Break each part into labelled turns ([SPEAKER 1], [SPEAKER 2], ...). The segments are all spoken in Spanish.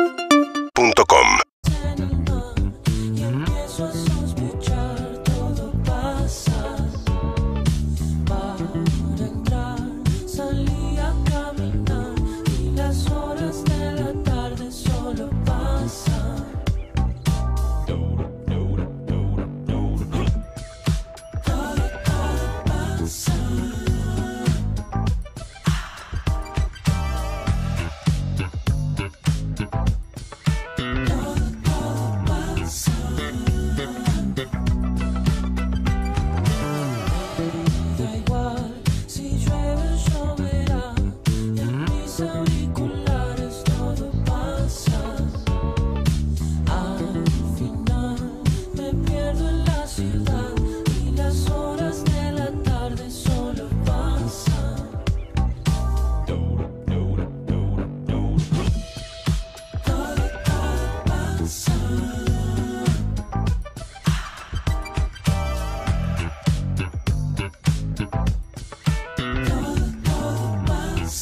[SPEAKER 1] UrbanaPlayFM.com
[SPEAKER 2] Y empiezo a sospechar todo pasa para entrar, salí a caminar y las horas de la tarde solo pasan. Todo pasa. Todo pasa. Da igual si llueve o lloverá, en mis auriculares todo pasa. Al final me pierdo en la ciudad y las horas de la tarde solo pasan. Todo pasa. Todo pasa.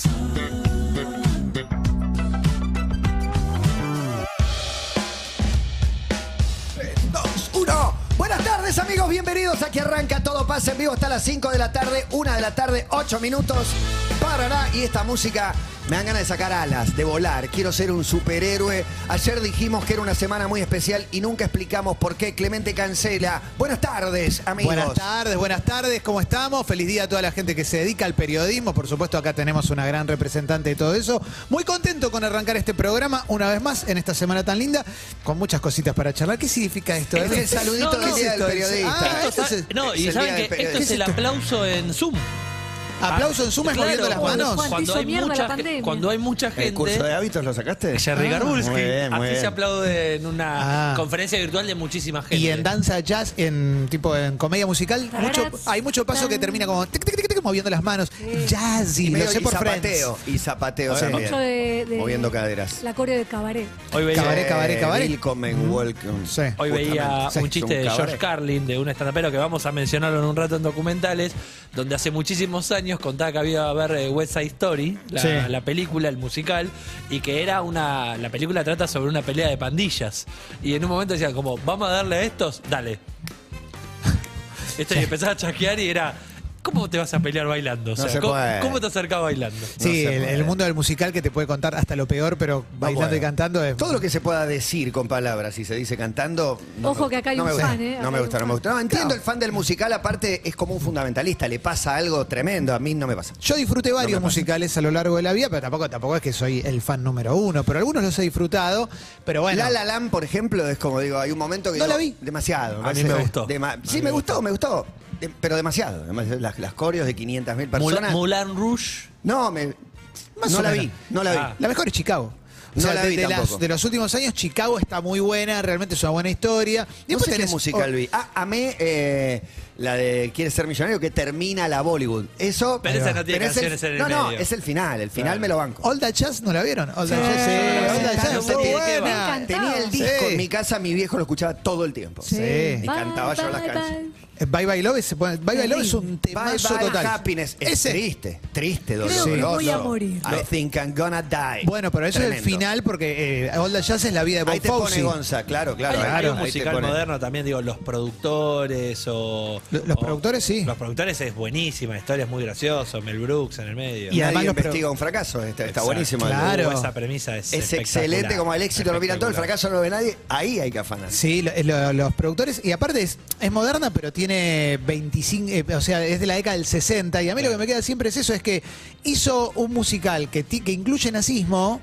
[SPEAKER 3] Dos, uno. Buenas tardes amigos, bienvenidos a que arranca Todo Pasa en vivo hasta las 5 de la tarde, 1 de la tarde, 8 minutos. Parará y esta música me dan ganas de sacar alas, de volar. Quiero ser un superhéroe. Ayer dijimos que era una semana muy especial y nunca explicamos por qué Clemente cancela. Buenas tardes amigos.
[SPEAKER 4] Buenas tardes, buenas tardes, ¿cómo estamos? Feliz día a toda la gente que se dedica al periodismo. Por supuesto, acá tenemos una gran representante de todo eso. Muy contento con arrancar este programa una vez más en esta semana tan linda, con muchas cositas para charlar. ¿Qué significa esto?
[SPEAKER 3] Este Es el
[SPEAKER 4] Ernest?
[SPEAKER 3] saludito
[SPEAKER 4] No,
[SPEAKER 3] del
[SPEAKER 4] no.
[SPEAKER 3] día del
[SPEAKER 4] Esto es-
[SPEAKER 3] periodista.
[SPEAKER 4] Ah,
[SPEAKER 3] Esto
[SPEAKER 4] esto es
[SPEAKER 3] el-
[SPEAKER 5] No,
[SPEAKER 3] es
[SPEAKER 5] y
[SPEAKER 3] el
[SPEAKER 5] saben
[SPEAKER 3] día
[SPEAKER 5] que
[SPEAKER 3] del periodista.
[SPEAKER 5] esto es el aplauso en Zoom.
[SPEAKER 4] ¿Aplauso en Zoom es
[SPEAKER 5] Claro,
[SPEAKER 4] moviendo las
[SPEAKER 5] cuando-
[SPEAKER 4] manos?
[SPEAKER 6] Juan.
[SPEAKER 5] Cuando
[SPEAKER 6] hizo
[SPEAKER 5] hay,
[SPEAKER 6] mierda la
[SPEAKER 5] mucha,
[SPEAKER 6] pandemia.
[SPEAKER 5] cuando hay mucha gente.
[SPEAKER 7] ¿El curso de hábitos lo sacaste?
[SPEAKER 5] Jerry Garbulski.
[SPEAKER 7] Muy bien, muy
[SPEAKER 5] Así
[SPEAKER 7] bien.
[SPEAKER 5] se aplaude en una
[SPEAKER 4] Ah.
[SPEAKER 5] conferencia virtual de muchísima gente.
[SPEAKER 4] Y en danza jazz, en tipo en comedia musical, mucho- hay mucho paso que termina como tic, tic, tic, tic, moviendo las manos. Jazz y lo
[SPEAKER 3] medio-
[SPEAKER 4] sé
[SPEAKER 3] y
[SPEAKER 4] por
[SPEAKER 3] zapateo,
[SPEAKER 4] Friends.
[SPEAKER 7] Y zapateo
[SPEAKER 3] Ahora
[SPEAKER 7] también.
[SPEAKER 6] Mucho de, de-
[SPEAKER 7] Moviendo caderas.
[SPEAKER 6] La coreo de cabaret.
[SPEAKER 5] Hoy veía,
[SPEAKER 4] Cabaret, cabaret, cabaret.
[SPEAKER 7] Welcome, welcome.
[SPEAKER 4] Sí.
[SPEAKER 5] hoy veía
[SPEAKER 4] Justamente.
[SPEAKER 5] un
[SPEAKER 4] Sí,
[SPEAKER 5] chiste
[SPEAKER 7] un
[SPEAKER 5] de George
[SPEAKER 7] cabaret.
[SPEAKER 5] Carlin, de un estandapero que vamos a mencionarlo en un rato en documentales, donde hace muchísimos años contaba que había a ver eh, West Side Story, la,
[SPEAKER 4] Sí.
[SPEAKER 5] la película, el musical, y que era una. La película trata sobre una pelea de pandillas. Y en un momento decían, como, vamos a darle a estos, dale. Esto, y empezaba a chasquear y era. ¿Cómo te vas a pelear bailando? O
[SPEAKER 7] No
[SPEAKER 5] sea,
[SPEAKER 7] se
[SPEAKER 5] ¿cómo,
[SPEAKER 7] puede.
[SPEAKER 5] cómo te acercás bailando?
[SPEAKER 4] Sí,
[SPEAKER 7] No se
[SPEAKER 4] el, el
[SPEAKER 7] puede.
[SPEAKER 4] mundo del musical que te puede contar hasta lo peor, pero bailando
[SPEAKER 7] bueno.
[SPEAKER 4] y cantando es.
[SPEAKER 7] Todo lo que se pueda decir con palabras, si se dice cantando.
[SPEAKER 6] Ojo
[SPEAKER 7] me-
[SPEAKER 6] que acá hay
[SPEAKER 7] no
[SPEAKER 6] un
[SPEAKER 7] me gusta,
[SPEAKER 6] fan, ¿eh?
[SPEAKER 7] No
[SPEAKER 6] Acá
[SPEAKER 7] me
[SPEAKER 6] hay
[SPEAKER 7] gusta,
[SPEAKER 6] un
[SPEAKER 7] no me
[SPEAKER 6] fan.
[SPEAKER 7] gusta.
[SPEAKER 3] No, entiendo el fan del musical, aparte es como un fundamentalista, le pasa algo tremendo, a mí no me pasa.
[SPEAKER 4] Yo disfruté varios musicales a lo largo de la vida, pero tampoco, tampoco es que soy el fan número uno, pero algunos los he disfrutado. Pero bueno,
[SPEAKER 3] La La Land, por ejemplo, es como digo, hay un momento que
[SPEAKER 4] No
[SPEAKER 3] digo,
[SPEAKER 4] la vi.
[SPEAKER 3] demasiado.
[SPEAKER 5] A mí
[SPEAKER 3] sé,
[SPEAKER 5] me gustó.
[SPEAKER 3] dema-
[SPEAKER 5] A
[SPEAKER 3] sí,
[SPEAKER 5] mí
[SPEAKER 3] me
[SPEAKER 5] me
[SPEAKER 3] gustó, me gustó. de- pero demasiado. Además, Las, las coreos de 500.000
[SPEAKER 5] Mul-
[SPEAKER 3] personas.
[SPEAKER 5] Moulin Rouge.
[SPEAKER 3] no, me,
[SPEAKER 4] Más
[SPEAKER 3] no
[SPEAKER 4] o
[SPEAKER 3] la
[SPEAKER 4] menos.
[SPEAKER 3] vi, no la vi.
[SPEAKER 5] Ah.
[SPEAKER 4] la mejor es Chicago. O
[SPEAKER 3] No
[SPEAKER 4] sea,
[SPEAKER 3] la
[SPEAKER 4] de,
[SPEAKER 3] vi
[SPEAKER 4] de las-
[SPEAKER 3] tampoco.
[SPEAKER 4] de los últimos años, Chicago está muy buena, realmente es una buena historia.
[SPEAKER 3] No
[SPEAKER 4] Después
[SPEAKER 3] sé qué
[SPEAKER 4] tenés-
[SPEAKER 3] musical vi. Ah, amé eh, la de Quieres ser millonario que termina la Bollywood. Eso.
[SPEAKER 5] Pero esa no tiene
[SPEAKER 3] es el-
[SPEAKER 5] canciones en el
[SPEAKER 3] No, no,
[SPEAKER 5] medio.
[SPEAKER 3] es el final. El final me lo banco.
[SPEAKER 4] All That Jazz no la vieron. All That
[SPEAKER 6] Sí.
[SPEAKER 4] Jazz, sí,
[SPEAKER 6] Sí,
[SPEAKER 4] All That
[SPEAKER 5] está
[SPEAKER 4] Jazz
[SPEAKER 5] muy
[SPEAKER 4] está muy
[SPEAKER 5] buena.
[SPEAKER 6] Me
[SPEAKER 4] buena.
[SPEAKER 6] encanta.
[SPEAKER 3] Tenía el disco
[SPEAKER 4] Sí.
[SPEAKER 3] en mi casa, mi viejo lo escuchaba todo el tiempo.
[SPEAKER 4] Sí.
[SPEAKER 3] Y cantaba yo
[SPEAKER 6] Bye,
[SPEAKER 3] las
[SPEAKER 6] bye,
[SPEAKER 3] canciones.
[SPEAKER 6] bye.
[SPEAKER 4] Eh, Bye Bye Love, se pone- Bye Bye Love es un temazo
[SPEAKER 3] Bye Bye
[SPEAKER 4] total.
[SPEAKER 3] Happiness. Es
[SPEAKER 4] Ese.
[SPEAKER 3] triste, triste,
[SPEAKER 6] Creo
[SPEAKER 3] doloroso.
[SPEAKER 4] que
[SPEAKER 6] voy a morir.
[SPEAKER 3] I think I'm gonna die.
[SPEAKER 4] Bueno, pero eso es el
[SPEAKER 3] Tremendo.
[SPEAKER 4] final porque eh, All That Jazz es la vida de Bob
[SPEAKER 3] Ahí te
[SPEAKER 4] Fosse.
[SPEAKER 3] pone Gonza, claro, claro.
[SPEAKER 5] Hay-
[SPEAKER 3] ahí-
[SPEAKER 5] hay un
[SPEAKER 3] ahí te
[SPEAKER 5] musical
[SPEAKER 3] pone.
[SPEAKER 5] moderno también, digo, los productores o...
[SPEAKER 4] Lo- los
[SPEAKER 5] o-
[SPEAKER 4] productores, sí.
[SPEAKER 5] Los productores es buenísima, la historia es muy graciosa, Mel Brooks en el medio.
[SPEAKER 4] Y
[SPEAKER 3] Nadie
[SPEAKER 4] además los pro-
[SPEAKER 3] investiga un fracaso, este, está, está
[SPEAKER 5] Exacto.
[SPEAKER 3] buenísimo. el-
[SPEAKER 4] Claro.
[SPEAKER 5] Uh, esa premisa es
[SPEAKER 3] Ah, Es excelente, como el éxito lo miran todo, el fracaso no lo ve nadie, ahí hay que afanar.
[SPEAKER 4] Sí, lo- eh, lo- los productores. Y aparte es, es moderna, pero tiene 25. eh, o sea, es de la década del 60. Y a mí lo que me queda siempre es eso: es que hizo un musical que, ti- que incluye nazismo.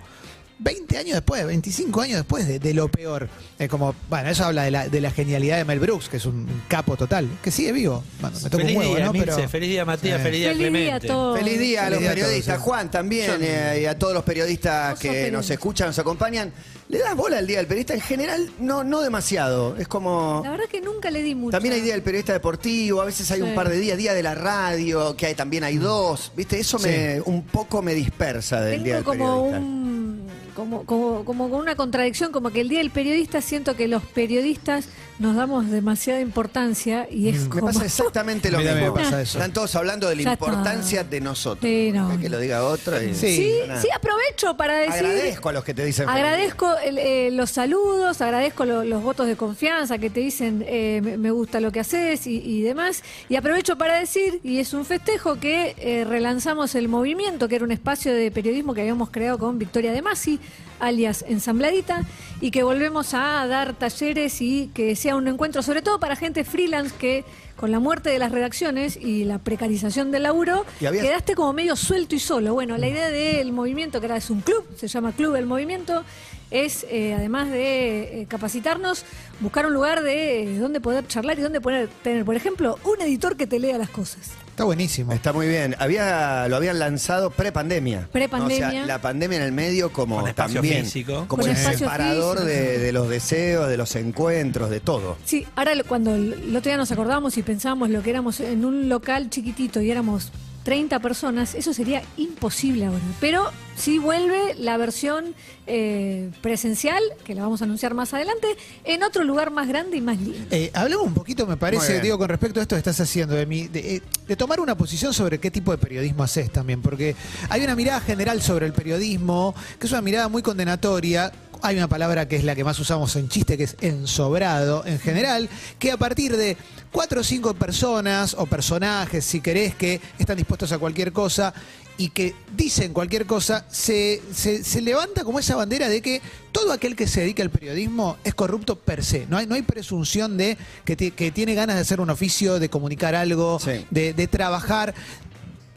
[SPEAKER 4] 20 años después, 25 años después de, de lo peor. Es como, bueno, eso habla de la, de la genialidad de Mel Brooks, que es un capo total, que sigue vivo. Bueno, me toca un
[SPEAKER 5] feliz,
[SPEAKER 4] huevo,
[SPEAKER 5] día,
[SPEAKER 4] ¿no?
[SPEAKER 5] Milce,
[SPEAKER 4] Pero- Eh.
[SPEAKER 5] feliz día, Matías,
[SPEAKER 4] Sí.
[SPEAKER 5] feliz día,
[SPEAKER 6] Feliz día a
[SPEAKER 5] Clemente.
[SPEAKER 6] todos.
[SPEAKER 3] Feliz día a
[SPEAKER 4] Feliz
[SPEAKER 3] los
[SPEAKER 4] día a
[SPEAKER 3] periodistas,
[SPEAKER 4] todos, sí.
[SPEAKER 3] Juan también, eh, y a todos los periodistas
[SPEAKER 6] Vos sos
[SPEAKER 3] que
[SPEAKER 6] periodista.
[SPEAKER 3] nos escuchan, nos acompañan. ¿Le das bola al Día del Periodista? En general, no, no demasiado. Es como...
[SPEAKER 6] La verdad que nunca le di mucho.
[SPEAKER 3] También hay Día del Periodista Deportivo, a veces hay un
[SPEAKER 6] Sí.
[SPEAKER 3] par de días, Día de la Radio, que hay, también
[SPEAKER 4] Mm.
[SPEAKER 3] hay dos. ¿Viste? Eso me un poco me dispersa del Día
[SPEAKER 6] Tengo
[SPEAKER 3] del
[SPEAKER 6] como
[SPEAKER 3] Periodista.
[SPEAKER 6] un. Como, como, como con una contradicción, como que el día del periodista siento que los periodistas nos damos demasiada importancia y es
[SPEAKER 3] Mm, Me
[SPEAKER 6] como...
[SPEAKER 3] pasa exactamente lo
[SPEAKER 4] A mí
[SPEAKER 3] mismo.
[SPEAKER 4] también me pasa eso.
[SPEAKER 3] Están todos hablando de la
[SPEAKER 6] Ya está.
[SPEAKER 3] importancia de nosotros.
[SPEAKER 6] Sí, no.
[SPEAKER 3] Que lo diga otro. y-
[SPEAKER 4] Sí.
[SPEAKER 6] Sí,
[SPEAKER 3] Nada.
[SPEAKER 6] sí, aprovecho para decir...
[SPEAKER 3] Agradezco a los que te dicen. feliz.
[SPEAKER 6] Agradezco el, eh, los saludos, agradezco lo- los votos de confianza que te dicen eh, me- me gusta lo que haces y, y demás. Y aprovecho para decir, y es un festejo, que eh, relanzamos el movimiento, que era un espacio de periodismo que habíamos creado con Victoria De Masi, alias Ensambladita, y que volvemos a dar talleres y que sea un encuentro, sobre todo para gente freelance que con la muerte de las redacciones y la precarización del laburo,
[SPEAKER 3] Y había-
[SPEAKER 6] quedaste como medio suelto y solo. Bueno, la idea del movimiento, que ahora es un club, se llama Club El Movimiento, es, eh, además de eh, capacitarnos, buscar un lugar de eh, donde poder charlar y donde poder tener, por ejemplo, un editor que te lea las cosas.
[SPEAKER 4] Está buenísimo.
[SPEAKER 3] Está muy bien. Había, lo habían lanzado pre-pandemia.
[SPEAKER 6] Prepandemia.
[SPEAKER 3] O sea, la pandemia en el medio como
[SPEAKER 5] Con espacio
[SPEAKER 3] también.
[SPEAKER 5] físico.
[SPEAKER 3] Como
[SPEAKER 6] Con
[SPEAKER 3] el
[SPEAKER 6] espacio
[SPEAKER 3] separador
[SPEAKER 6] físico.
[SPEAKER 3] de, de los deseos, de los encuentros, de todo.
[SPEAKER 6] Sí, ahora lo- cuando el el otro día nos acordamos y pensábamos lo que éramos en un local chiquitito y éramos 30 personas, eso sería imposible ahora. Pero sí vuelve la versión eh, presencial, que la vamos a anunciar más adelante, en otro lugar más grande y más lindo.
[SPEAKER 4] Eh, hablemos un poquito, me
[SPEAKER 3] Muy
[SPEAKER 4] parece,
[SPEAKER 3] bien.
[SPEAKER 4] digo, con respecto a esto que estás haciendo, de, mi- de, eh, de tomar una posición sobre qué tipo de periodismo haces también, porque hay una mirada general sobre el periodismo, que es una mirada muy condenatoria. Hay una palabra que es la que más usamos en chiste, que es ensobrado en general, que a partir de cuatro o cinco personas o personajes, si querés, que están dispuestos a cualquier cosa y que dicen cualquier cosa, se, se- se levanta como esa bandera de que todo aquel que se dedica al periodismo es corrupto per se. No hay, no hay presunción de que, ti- que tiene ganas de hacer un oficio, de comunicar algo,
[SPEAKER 3] Sí.
[SPEAKER 4] de, de trabajar.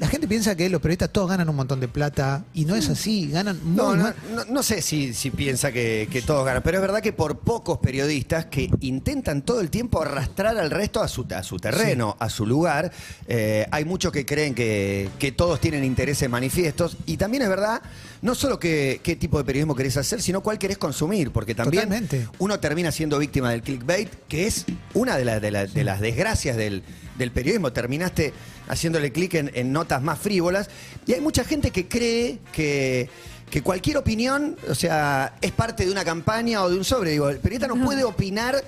[SPEAKER 4] La gente piensa que los periodistas todos ganan un montón de plata y no es así, ganan muy
[SPEAKER 3] No, no,
[SPEAKER 4] mal.
[SPEAKER 3] no- no sé si, si piensa que, que todos ganan, pero es verdad que por pocos periodistas que intentan todo el tiempo arrastrar al resto a su, a su terreno, a su lugar, eh, hay muchos que creen que, que todos tienen intereses manifiestos y también es verdad no solo que- qué tipo de periodismo querés hacer, sino cuál querés consumir, porque también
[SPEAKER 4] Totalmente.
[SPEAKER 3] uno termina siendo víctima del clickbait, que es una de, la- de la- de las desgracias del, del periodismo. Terminaste haciéndole clic en, en notas más frívolas. Y hay mucha gente que cree que, que cualquier opinión, o sea, es parte de una campaña o de un sobre. Digo, el periodista no puede opinar.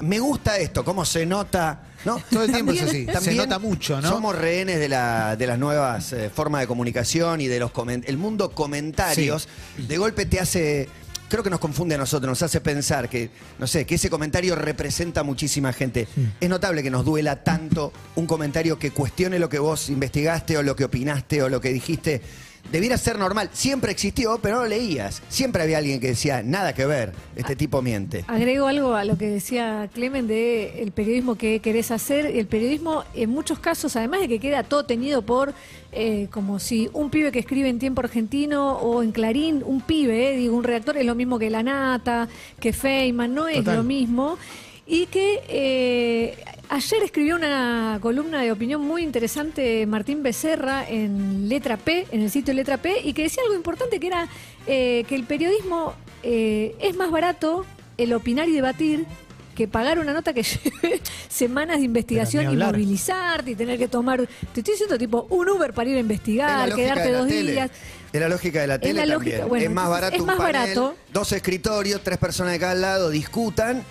[SPEAKER 3] Me gusta esto, cómo se nota. ¿no?
[SPEAKER 4] Todo el tiempo es así, se nota mucho, ¿no?
[SPEAKER 3] Somos rehenes de, la- de las nuevas eh, formas de comunicación y de los comen- el mundo comentarios. De golpe te hace. Creo que nos confunde a nosotros, nos hace pensar que, no sé, que ese comentario representa a muchísima gente. Es notable que nos duela tanto un comentario que cuestione lo que vos investigaste o lo que opinaste o lo que dijiste. Debiera ser normal. Siempre existió, pero no lo leías. Siempre había alguien que decía, nada que ver, este tipo miente.
[SPEAKER 6] Agrego algo a lo que decía Clemen de el periodismo que querés hacer. El periodismo, en muchos casos, además de que queda todo tenido por eh, como si un pibe que escribe en tiempo argentino o en Clarín, un pibe, eh, digo, un redactor es lo mismo que la nata, que Feynman, no es
[SPEAKER 4] Total.
[SPEAKER 6] lo mismo. Y que eh, ayer escribió una columna de opinión muy interesante Martín Becerra en Letra P, en el sitio Letra P, y que decía algo importante que era eh, que el periodismo eh, es más barato el opinar y debatir que pagar una nota que lleve semanas de investigación y
[SPEAKER 4] hablar.
[SPEAKER 6] movilizarte y tener que tomar, te estoy diciendo tipo un Uber para ir a
[SPEAKER 3] Es
[SPEAKER 6] investigar,
[SPEAKER 3] la lógica
[SPEAKER 6] quedarte
[SPEAKER 3] de la
[SPEAKER 6] dos
[SPEAKER 3] tele.
[SPEAKER 6] días.
[SPEAKER 3] Es la lógica de la tele
[SPEAKER 6] la
[SPEAKER 3] también.
[SPEAKER 6] lógica, bueno,
[SPEAKER 3] es más
[SPEAKER 6] entonces,
[SPEAKER 3] barato
[SPEAKER 6] es
[SPEAKER 3] un
[SPEAKER 6] más
[SPEAKER 3] panel,
[SPEAKER 6] barato.
[SPEAKER 3] dos escritorios, tres personas de cada lado discutan.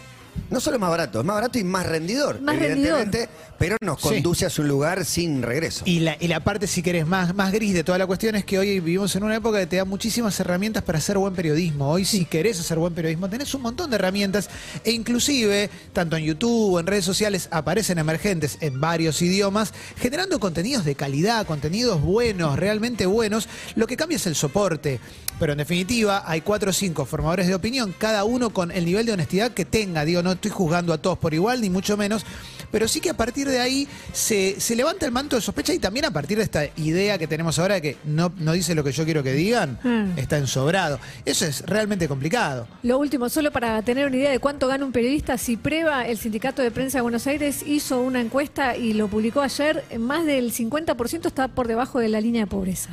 [SPEAKER 3] No solo es más barato, es más barato y más rendidor,
[SPEAKER 6] Más rendidor.
[SPEAKER 3] evidentemente, pero nos
[SPEAKER 4] Sí.
[SPEAKER 3] conduce a su lugar sin regreso.
[SPEAKER 4] Y la, y la parte, si querés, más, más gris de toda la cuestión es que hoy vivimos en una época que te da muchísimas herramientas para hacer buen periodismo. Hoy, si querés hacer buen periodismo, tenés un montón de herramientas e inclusive, tanto en YouTube o en redes sociales, aparecen emergentes en varios idiomas, generando contenidos de calidad, contenidos buenos, realmente buenos. Lo que cambia es el soporte. Pero en definitiva, hay cuatro o cinco formadores de opinión, cada uno con el nivel de honestidad que tenga. Digo, no estoy juzgando a todos por igual, ni mucho menos. Pero sí que a partir de ahí se, se levanta el manto de sospecha y también a partir de esta idea que tenemos ahora de que no, no dice lo que yo quiero que digan,
[SPEAKER 6] Mm.
[SPEAKER 4] está ensobrado. Eso es realmente complicado.
[SPEAKER 6] Lo último, solo para tener una idea de cuánto gana un periodista, si prueba el Sindicato de Prensa de Buenos Aires hizo una encuesta y lo publicó ayer, más del 50% está por debajo de la línea de pobreza.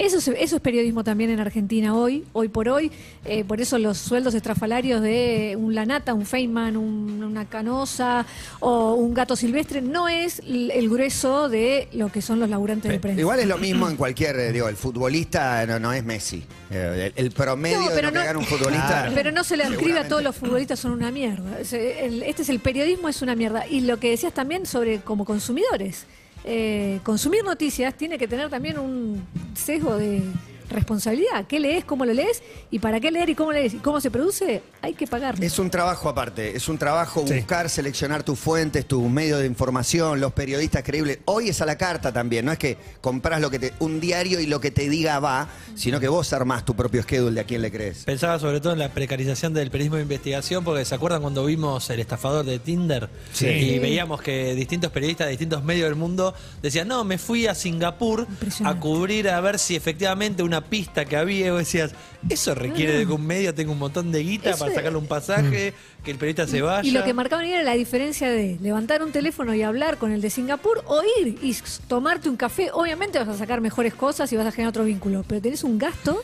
[SPEAKER 6] Eso es, eso es periodismo también en Argentina hoy, hoy por hoy. Eh, por eso los sueldos estrafalarios de un Lanata, un Feynman, un- una Canosa o un gato silvestre no es l- el grueso de lo que son los laburantes de prensa.
[SPEAKER 3] Igual es lo mismo en cualquier, eh, digo, el futbolista no, no es Messi. Eh, El, el promedio de lo que gana un futbolista.
[SPEAKER 6] pero no se le adscribe a
[SPEAKER 3] seguramente.
[SPEAKER 6] todos los futbolistas son una mierda. Es, eh, el- Este es el periodismo, es una mierda. Y lo que decías también sobre como consumidores. eh, consumir noticias tiene que tener también un sesgo de responsabilidad. ¿Qué lees? ¿Cómo lo lees? ¿Y para qué leer y cómo lees? ¿Y cómo se produce? Hay que pagar.
[SPEAKER 3] Es un trabajo aparte, es un trabajo buscar, seleccionar tus fuentes, tus medios de información, los periodistas creíbles. Hoy es a la carta también, no es que compras lo que te, un diario y lo que te diga va, sino que vos armás tu propio schedule de a quién le crees.
[SPEAKER 5] Pensaba sobre todo en la precarización del periodismo de investigación, porque ¿se acuerdan cuando vimos el estafador de Tinder?
[SPEAKER 4] Sí.
[SPEAKER 5] Y veíamos que distintos periodistas de distintos medios del mundo decían, no, me fui a Singapur a
[SPEAKER 6] Impresionante.
[SPEAKER 5] cubrir a ver si efectivamente una pista que había, y vos decías, eso requiere de que un medio tenga un montón de guita
[SPEAKER 6] Eso
[SPEAKER 5] para
[SPEAKER 6] es-
[SPEAKER 5] sacarle un pasaje, que el periodista se vaya.
[SPEAKER 6] Mm. Y lo que marcaban ahí era la diferencia de levantar un teléfono y hablar con el de Singapur o ir y s- tomarte un café. Obviamente vas a sacar mejores cosas y vas a generar otro vínculo, pero tenés un gasto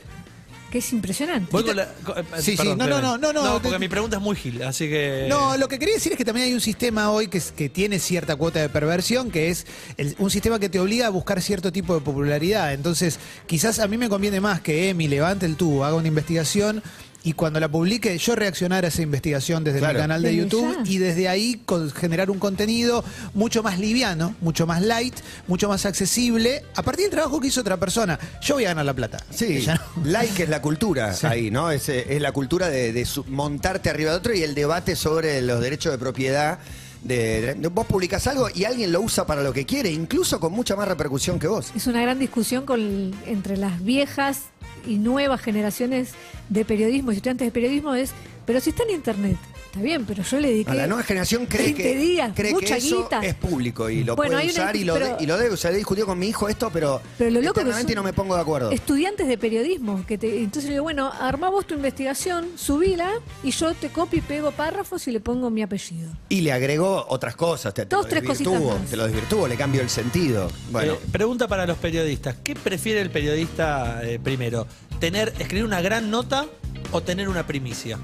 [SPEAKER 6] que es impresionante.
[SPEAKER 5] Voy con la- con- eh,
[SPEAKER 4] Sí, sí,
[SPEAKER 5] perdón,
[SPEAKER 4] no, no,
[SPEAKER 5] Clemen.
[SPEAKER 4] no, no, no,
[SPEAKER 5] porque
[SPEAKER 4] te-
[SPEAKER 5] mi pregunta es muy gil, así
[SPEAKER 3] Eh,
[SPEAKER 5] que...
[SPEAKER 4] No, lo que quería decir es que también hay un sistema hoy que, es- que tiene cierta cuota de perversión, que es el- un sistema que te obliga a buscar cierto tipo de popularidad. Entonces, quizás a mí me conviene más que Emi levante el tubo, haga una investigación y cuando la publique yo reaccionar a esa investigación desde
[SPEAKER 3] Claro.
[SPEAKER 4] mi canal de
[SPEAKER 6] Desde
[SPEAKER 4] YouTube
[SPEAKER 6] ya.
[SPEAKER 4] y desde ahí con- generar un contenido mucho más liviano, mucho más light, mucho más accesible, a partir del trabajo que hizo otra persona. Yo voy a ganar la plata.
[SPEAKER 3] Sí,
[SPEAKER 4] Ella no.
[SPEAKER 3] like es la cultura ahí, ¿no? Es, eh, es la cultura de, de su- montarte arriba de otro y el debate sobre los derechos de propiedad. De, de- vos publicás algo y alguien lo usa para lo que quiere, incluso con mucha más repercusión que vos.
[SPEAKER 6] Es una gran discusión con, entre las viejas y nuevas generaciones de periodismo y estudiantes de periodismo es, pero si está en internet, está bien, pero yo le dediqué...
[SPEAKER 3] A la nueva generación cree
[SPEAKER 6] 20
[SPEAKER 3] que,
[SPEAKER 6] días,
[SPEAKER 3] cree que
[SPEAKER 6] mucha
[SPEAKER 3] eso
[SPEAKER 6] guita.
[SPEAKER 3] es público y lo
[SPEAKER 6] Bueno,
[SPEAKER 3] puede
[SPEAKER 6] hay una-
[SPEAKER 3] usar y, lo
[SPEAKER 6] pero-
[SPEAKER 3] de- y lo debe usar. He discutido con mi hijo esto, pero,
[SPEAKER 6] Pero lo loco que
[SPEAKER 3] eternamente
[SPEAKER 6] son-
[SPEAKER 3] no me pongo de acuerdo.
[SPEAKER 6] Estudiantes de periodismo, que te, entonces yo digo, bueno, armá vos tu investigación, subila y yo te copio y pego párrafos y le pongo mi apellido.
[SPEAKER 3] Y le agregó otras cosas. Te, te
[SPEAKER 6] Dos,
[SPEAKER 3] lo
[SPEAKER 6] tres
[SPEAKER 3] desvirtuó,
[SPEAKER 6] cositas más.
[SPEAKER 3] Te lo desvirtuó, le cambió el sentido. Bueno,
[SPEAKER 5] Eh, pregunta para los periodistas. ¿Qué prefiere el periodista eh, primero? ¿Tener, escribir una gran nota o tener una primicia?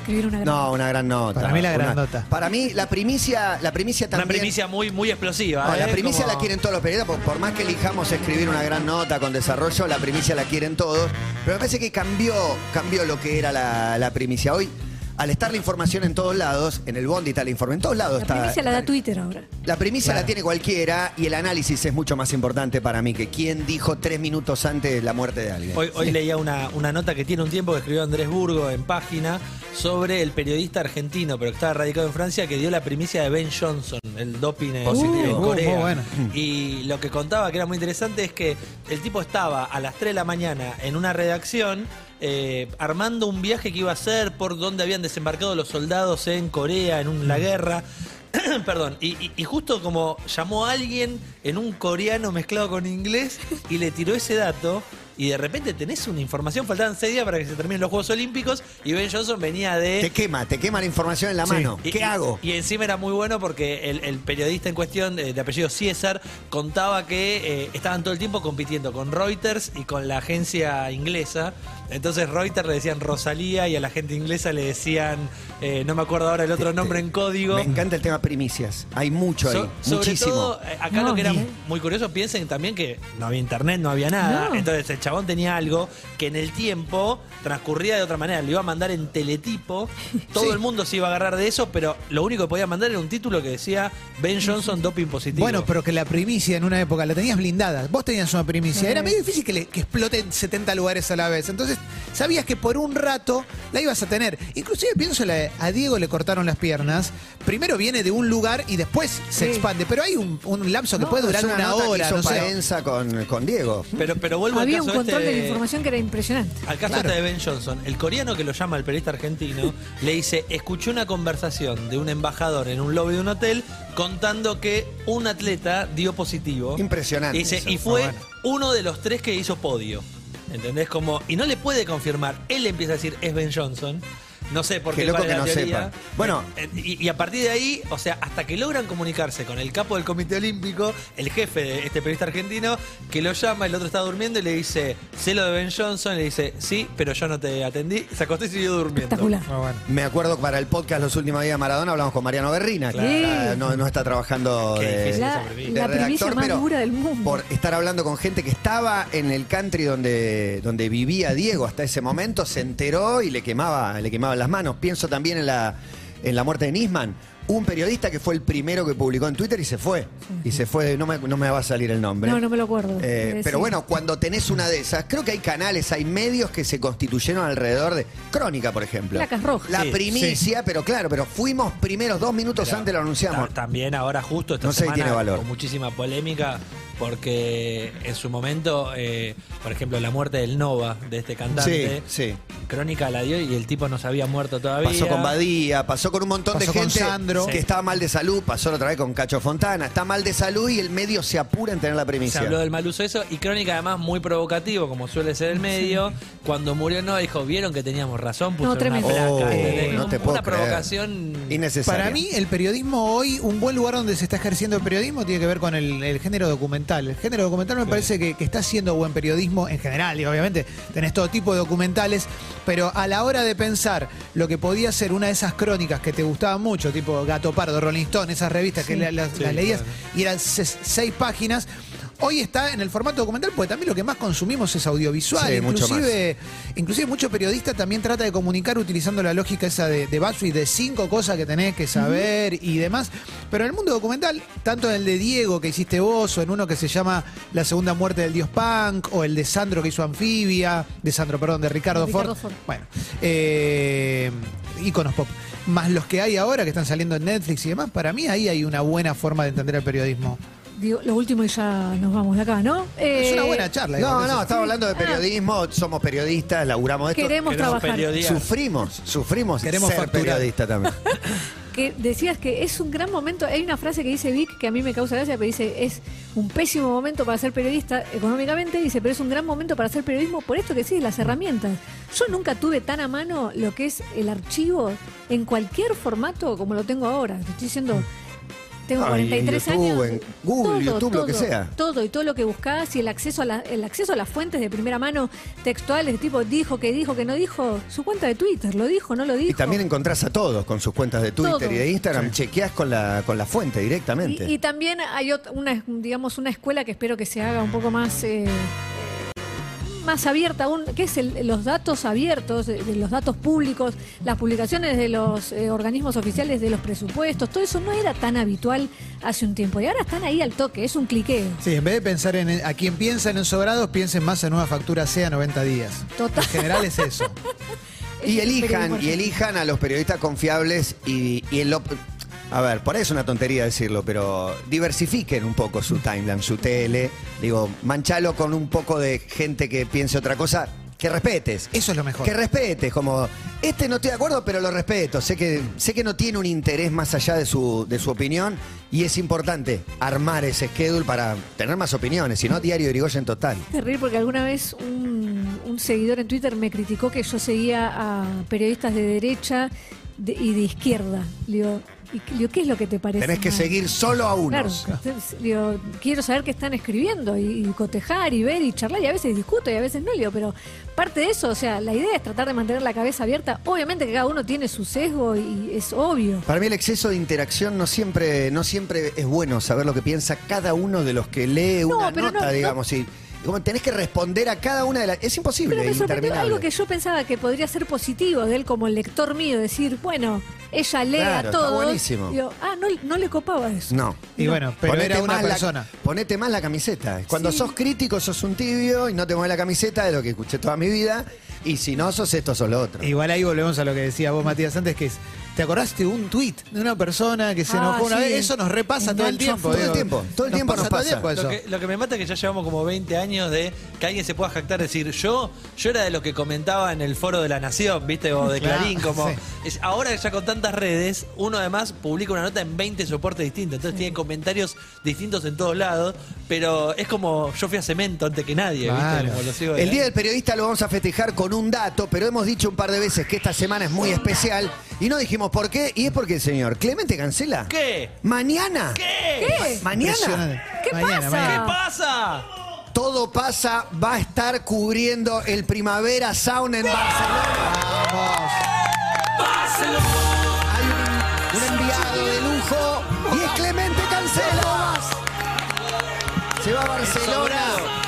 [SPEAKER 6] Escribir una gran
[SPEAKER 3] no, una gran nota.
[SPEAKER 4] Para mí la gran
[SPEAKER 3] Una-
[SPEAKER 4] nota.
[SPEAKER 3] Para mí la primicia, la primicia
[SPEAKER 5] Una
[SPEAKER 3] también...
[SPEAKER 5] primicia muy, muy explosiva.
[SPEAKER 3] No,
[SPEAKER 5] ¿eh?
[SPEAKER 3] la primicia
[SPEAKER 5] Como-
[SPEAKER 3] la quieren todos los periodistas, por, por más que elijamos escribir una gran nota con desarrollo, la primicia la quieren todos. Pero me parece que cambió, cambió lo que era la, la primicia. Hoy, al estar la información en todos lados, en el Bondi está la información, en todos lados
[SPEAKER 6] La
[SPEAKER 3] está.
[SPEAKER 6] primicia la da
[SPEAKER 3] está-
[SPEAKER 6] Twitter ahora.
[SPEAKER 3] la primicia la tiene cualquiera y el análisis es mucho más importante para mí que quién dijo tres minutos antes la muerte de alguien.
[SPEAKER 5] Hoy, hoy leía una, una nota que tiene un tiempo que escribió Andrés Burgo en página sobre el periodista argentino, pero que estaba radicado en Francia, que dio la primicia de Ben Johnson, el doping en,
[SPEAKER 4] Positivo.
[SPEAKER 5] en
[SPEAKER 4] Uh,
[SPEAKER 5] Corea.
[SPEAKER 4] muy bueno.
[SPEAKER 5] Y lo que contaba que era muy interesante es que el tipo estaba a las 3 de la mañana en una redacción. eh, armando un viaje que iba a hacer por donde habían desembarcado los soldados en Corea, en un- la guerra. Perdón, y, y- y justo como llamó a alguien en un coreano mezclado con inglés y le tiró ese dato, y de repente tenés una información, faltaban seis días para que se terminen los Juegos Olímpicos, y Ben Johnson venía de...
[SPEAKER 3] Te quema, te quema la información en la mano.
[SPEAKER 5] eh, Y-
[SPEAKER 3] ¿Qué
[SPEAKER 5] y-
[SPEAKER 3] hago?
[SPEAKER 5] Y encima era muy bueno porque el, el periodista en cuestión, eh, de apellido César, contaba que eh, estaban todo el tiempo compitiendo con Reuters y con la agencia inglesa. Entonces Reuters le decían Rosalía y a la gente inglesa le decían, eh, no me acuerdo ahora el otro nombre en código.
[SPEAKER 3] Este, Me encanta el tema primicias. Hay mucho ahí,
[SPEAKER 5] So- sobre
[SPEAKER 3] muchísimo.
[SPEAKER 5] todo, eh, acá
[SPEAKER 6] No,
[SPEAKER 5] lo que era
[SPEAKER 6] ni-
[SPEAKER 5] mu- muy curioso, piensen también que no había internet, no había nada.
[SPEAKER 6] No.
[SPEAKER 5] Entonces el chabón tenía algo que en el tiempo transcurría de otra manera. Lo iba a mandar en teletipo. Todo el mundo se iba a agarrar de eso, pero lo único que podía mandar era un título que decía Ben Johnson doping positivo.
[SPEAKER 4] Bueno, pero que la primicia en una época la tenías blindada. Vos tenías una primicia. Era medio difícil que, le- que explote en 70 lugares a la vez. Entonces, sabías que por un rato la ibas a tener. Inclusive pienso, la- a Diego le cortaron las piernas. Primero viene de un lugar y después se
[SPEAKER 6] Sí.
[SPEAKER 4] expande. Pero hay un, un lapso que
[SPEAKER 3] No,
[SPEAKER 4] puede durar
[SPEAKER 3] es
[SPEAKER 4] una,
[SPEAKER 3] nota que
[SPEAKER 4] hora,
[SPEAKER 3] hizo
[SPEAKER 4] no sé.
[SPEAKER 3] Paenza con, con Diego.
[SPEAKER 5] pero, pero vuelvo
[SPEAKER 6] Había
[SPEAKER 5] al
[SPEAKER 6] un
[SPEAKER 5] caso
[SPEAKER 6] control
[SPEAKER 5] este
[SPEAKER 6] de la información que era impresionante.
[SPEAKER 5] Al caso este de Ben Johnson, el coreano que lo llama el periodista argentino le dice, escuché una conversación de un embajador en un lobby de un hotel contando que un atleta dio positivo.
[SPEAKER 3] Impresionante
[SPEAKER 5] Y dice,
[SPEAKER 3] eso, Ah,
[SPEAKER 5] y fue
[SPEAKER 3] está
[SPEAKER 5] uno de los tres que hizo podio. ¿Entendés? Como, y no le puede confirmar. Él empieza a decir, es Ben Johnson. No sé por
[SPEAKER 3] Qué
[SPEAKER 5] qué.
[SPEAKER 3] loco
[SPEAKER 5] cuál es
[SPEAKER 3] que
[SPEAKER 5] la
[SPEAKER 3] no
[SPEAKER 5] teoría.
[SPEAKER 3] sepa. Bueno.
[SPEAKER 5] Eh, Y, y a partir de ahí, o sea, hasta que logran comunicarse con el capo del Comité Olímpico, el jefe de este periodista argentino, que lo llama, el otro está durmiendo y le dice, sé lo de Ben Johnson, le dice, sí, pero yo no te atendí, se acostó y siguió durmiendo.
[SPEAKER 6] Espectacular.
[SPEAKER 4] Ah, bueno.
[SPEAKER 3] Me acuerdo que para el podcast Los Últimos Días de Maradona hablamos con Mariano Berrina, que
[SPEAKER 6] Claro.
[SPEAKER 3] está- no, no está trabajando
[SPEAKER 5] Qué
[SPEAKER 3] de,
[SPEAKER 5] difícil
[SPEAKER 6] La,
[SPEAKER 5] esa
[SPEAKER 3] de
[SPEAKER 5] premisa.
[SPEAKER 6] la primicia
[SPEAKER 3] redactor,
[SPEAKER 6] más
[SPEAKER 3] pero
[SPEAKER 6] dura del mundo.
[SPEAKER 3] por estar hablando con gente que estaba en el country donde, donde vivía Diego hasta ese momento, se enteró y le quemaba, le quemaban las manos. Pienso también en la, en la muerte de Nisman. Un periodista que fue el primero que publicó en Twitter y se fue. Y se fue, no me, no me va a salir el nombre.
[SPEAKER 6] No, no me lo acuerdo.
[SPEAKER 3] Eh,
[SPEAKER 6] Eh,
[SPEAKER 3] pero
[SPEAKER 6] sí.
[SPEAKER 3] bueno, cuando tenés una de esas, creo que hay canales, hay medios que se constituyeron alrededor de Crónica, por ejemplo.
[SPEAKER 6] Placas rojas.
[SPEAKER 3] La
[SPEAKER 5] Sí,
[SPEAKER 3] primicia, pero claro, pero fuimos primeros dos minutos
[SPEAKER 5] Pero
[SPEAKER 3] antes lo anunciamos.
[SPEAKER 5] ta- También ahora justo esta
[SPEAKER 3] No sé si
[SPEAKER 5] semana
[SPEAKER 3] tiene valor.
[SPEAKER 5] con muchísima polémica porque en su momento, eh, por ejemplo, la muerte del Nova, de este cantante,
[SPEAKER 3] Sí, sí.
[SPEAKER 5] Crónica la dio y el tipo no se había muerto todavía.
[SPEAKER 3] Pasó con Badía, pasó con un montón
[SPEAKER 4] Pasó
[SPEAKER 3] de
[SPEAKER 4] con
[SPEAKER 3] gente
[SPEAKER 4] Sandro.
[SPEAKER 3] que
[SPEAKER 5] Sí.
[SPEAKER 3] estaba mal de salud, pasó la otra vez con Cacho Fontana, está mal de salud y el medio se apura en tener la
[SPEAKER 5] Se
[SPEAKER 3] primicia.
[SPEAKER 5] habló del mal uso de eso y Crónica además muy provocativo, como suele ser el medio, cuando murió no dijo, vieron que teníamos razón, puso una
[SPEAKER 6] tremendo.
[SPEAKER 5] placa,
[SPEAKER 3] Oh,
[SPEAKER 5] ¿entendés?
[SPEAKER 3] no te
[SPEAKER 5] Como
[SPEAKER 3] puedo
[SPEAKER 5] una
[SPEAKER 3] creer.
[SPEAKER 5] provocación
[SPEAKER 3] Innecesaria.
[SPEAKER 4] Para mí, el periodismo hoy, un buen lugar donde se está ejerciendo el periodismo tiene que ver con el, el género documental. El género documental me parece que, que está haciendo buen periodismo en general, y obviamente tenés todo tipo de documentales, pero a la hora de pensar lo que podía ser una de esas crónicas que te gustaban mucho, tipo Gato Pardo, Rolling Stone, esas revistas que la- las,
[SPEAKER 5] Sí,
[SPEAKER 4] las leías
[SPEAKER 5] claro.
[SPEAKER 4] y eran ses- seis páginas. Hoy está en el formato documental porque también lo que más consumimos es audiovisual.
[SPEAKER 3] Sí, mucho más.
[SPEAKER 4] inclusive, inclusive mucho periodista también trata de comunicar utilizando la lógica esa de, de BuzzFeed, de cinco cosas que tenés que saber y demás. Pero en el mundo documental, tanto en el de Diego que hiciste vos, o en uno que se llama La segunda muerte del dios punk, o el de Sandro que hizo Anfibia, de Sandro, perdón, de Ricardo,
[SPEAKER 6] De Ricardo
[SPEAKER 4] Ford.
[SPEAKER 6] Ford.
[SPEAKER 4] Bueno, eh, íconos pop. Más los que hay ahora que están saliendo en Netflix y demás, para mí ahí hay una buena forma de entender el periodismo.
[SPEAKER 6] Digo, lo último y ya nos vamos de acá, ¿no?
[SPEAKER 4] Es
[SPEAKER 6] Eh,
[SPEAKER 4] una buena charla. digo,
[SPEAKER 3] No,
[SPEAKER 4] entonces.
[SPEAKER 3] no, estamos hablando de periodismo, somos periodistas, laburamos esto.
[SPEAKER 6] Ah. Queremos
[SPEAKER 5] Queremos
[SPEAKER 6] trabajar.
[SPEAKER 5] periodistas.
[SPEAKER 3] Sufrimos, sufrimos
[SPEAKER 4] Queremos
[SPEAKER 3] ser
[SPEAKER 4] facturar.
[SPEAKER 3] periodista también.
[SPEAKER 6] que decías que es un gran momento. Hay una frase que dice Vic que a mí me causa gracia, pero dice es un pésimo momento para ser periodista económicamente. Dice, pero es un gran momento para hacer periodismo por esto que sí, las herramientas. Yo nunca tuve tan a mano lo que es el archivo en cualquier formato como lo tengo ahora. Te estoy diciendo. Tengo
[SPEAKER 3] Ah, y
[SPEAKER 6] 43
[SPEAKER 3] YouTube,
[SPEAKER 6] años.
[SPEAKER 3] en Google, YouTube, lo que sea.
[SPEAKER 6] Todo y todo lo que buscás y el acceso a la- el acceso a las fuentes de primera mano textuales, tipo dijo que dijo que no dijo, su cuenta de Twitter, lo dijo, no lo dijo.
[SPEAKER 3] Y también encontrás a todos con sus cuentas de Twitter
[SPEAKER 6] Todo.
[SPEAKER 3] y de Instagram, chequeás con la, con la fuente
[SPEAKER 6] Y,
[SPEAKER 3] directamente.
[SPEAKER 6] y también hay ot- una, digamos, una escuela que espero que se haga un poco más, eh, más abierta aún, que es el- los datos abiertos, eh, de los datos públicos, las publicaciones de los eh, organismos oficiales de los presupuestos, todo eso no era tan habitual hace un tiempo. Y ahora están ahí al toque, es un cliqueo.
[SPEAKER 4] Sí, en vez de pensar en a quien piensan en sobrados, piensen más en una factura sea 90 días.
[SPEAKER 6] Total.
[SPEAKER 4] En general es eso.
[SPEAKER 3] Y
[SPEAKER 6] Es un
[SPEAKER 3] elijan, y
[SPEAKER 6] periodismo
[SPEAKER 3] elijan a los periodistas confiables y, y el op- a ver, por ahí es una tontería decirlo, pero diversifiquen un poco su timeline, su tele. Digo, manchalo con un poco de gente que piense otra cosa, que respetes.
[SPEAKER 4] Eso es lo mejor.
[SPEAKER 3] Que respetes, como, este no estoy de acuerdo, pero lo respeto. Sé que, sé que no tiene un interés más allá de su, de su opinión y es importante armar ese schedule para tener más opiniones, si no, diario Irigoyen total.
[SPEAKER 6] Es terrible porque alguna vez un, un seguidor en Twitter me criticó que yo seguía a periodistas de derecha de- y de izquierda. Le digo, y- le digo, ¿qué es lo que te parece?
[SPEAKER 3] Tenés que
[SPEAKER 6] mal?
[SPEAKER 3] seguir solo a
[SPEAKER 6] Claro,
[SPEAKER 3] unos.
[SPEAKER 6] entonces, digo, quiero saber qué están escribiendo y, y cotejar y ver y charlar y a veces discuto y a veces no, le digo, pero parte de eso, o sea, la idea es tratar de mantener la cabeza abierta. Obviamente que cada uno tiene su sesgo y es obvio.
[SPEAKER 3] Para mí el exceso de interacción no siempre, no siempre es bueno saber lo que piensa cada uno de los que lee
[SPEAKER 6] No,
[SPEAKER 3] una
[SPEAKER 6] pero
[SPEAKER 3] nota,
[SPEAKER 6] no, no.
[SPEAKER 3] digamos. Y, y como tenés que responder a cada una de las. Es imposible,
[SPEAKER 6] Pero me sorprendió
[SPEAKER 3] interminable.
[SPEAKER 6] algo que yo pensaba que podría ser positivo de él como lector mío, decir, bueno, ella lee
[SPEAKER 3] Claro,
[SPEAKER 6] a
[SPEAKER 3] está
[SPEAKER 6] todos.
[SPEAKER 3] buenísimo.
[SPEAKER 6] Digo, ah, no, no le copaba eso.
[SPEAKER 3] No.
[SPEAKER 4] Y bueno, pero era una
[SPEAKER 3] más la-
[SPEAKER 4] persona.
[SPEAKER 3] ponete más la camiseta. Cuando
[SPEAKER 6] Sí.
[SPEAKER 3] sos crítico, sos un tibio y no te mueves la camiseta de lo que escuché toda mi vida. Y si no, sos esto, sos lo otro.
[SPEAKER 4] Igual ahí volvemos a lo que decía vos, Matías, antes que es. ¿Te acordaste de un tuit de una persona que se
[SPEAKER 6] Ah,
[SPEAKER 4] enojó una
[SPEAKER 6] sí.
[SPEAKER 4] vez? Eso nos repasa
[SPEAKER 6] Un
[SPEAKER 4] todo el
[SPEAKER 6] gancho a
[SPEAKER 4] tiempo.
[SPEAKER 6] fuego.
[SPEAKER 3] Todo el tiempo, todo el tiempo nos pasa.
[SPEAKER 4] Todo el
[SPEAKER 5] Lo
[SPEAKER 4] tiempo
[SPEAKER 5] que,
[SPEAKER 4] eso.
[SPEAKER 5] lo que me mata es que ya llevamos como 20 años de que alguien se pueda jactar decir, yo yo era de los que comentaba en el foro de la Nación, ¿viste? O de
[SPEAKER 4] Claro,
[SPEAKER 5] Clarín, como...
[SPEAKER 4] sí.
[SPEAKER 5] es- ahora ya con tantas redes, uno además publica una nota en 20 soportes distintos. Entonces tiene comentarios distintos en todos lados, pero es como yo fui a cemento antes que nadie,
[SPEAKER 4] Claro.
[SPEAKER 5] ¿viste? Como lo sigo de
[SPEAKER 3] El Día
[SPEAKER 5] ahí.
[SPEAKER 3] del Periodista lo vamos a festejar con un dato, pero hemos dicho un par de veces que esta semana es muy especial y no dijimos por qué, y es porque el señor Clemente Cancela.
[SPEAKER 5] ¿Qué?
[SPEAKER 3] Mañana.
[SPEAKER 5] ¿Qué?
[SPEAKER 6] ¿Qué?
[SPEAKER 3] Mañana.
[SPEAKER 6] ¿Qué pasa?
[SPEAKER 5] ¿Qué pasa?
[SPEAKER 3] Todo pasa, va a estar cubriendo el Primavera Sound en Barcelona. Hay un, un enviado de lujo y es Clemente Cancela. Se va a Barcelona.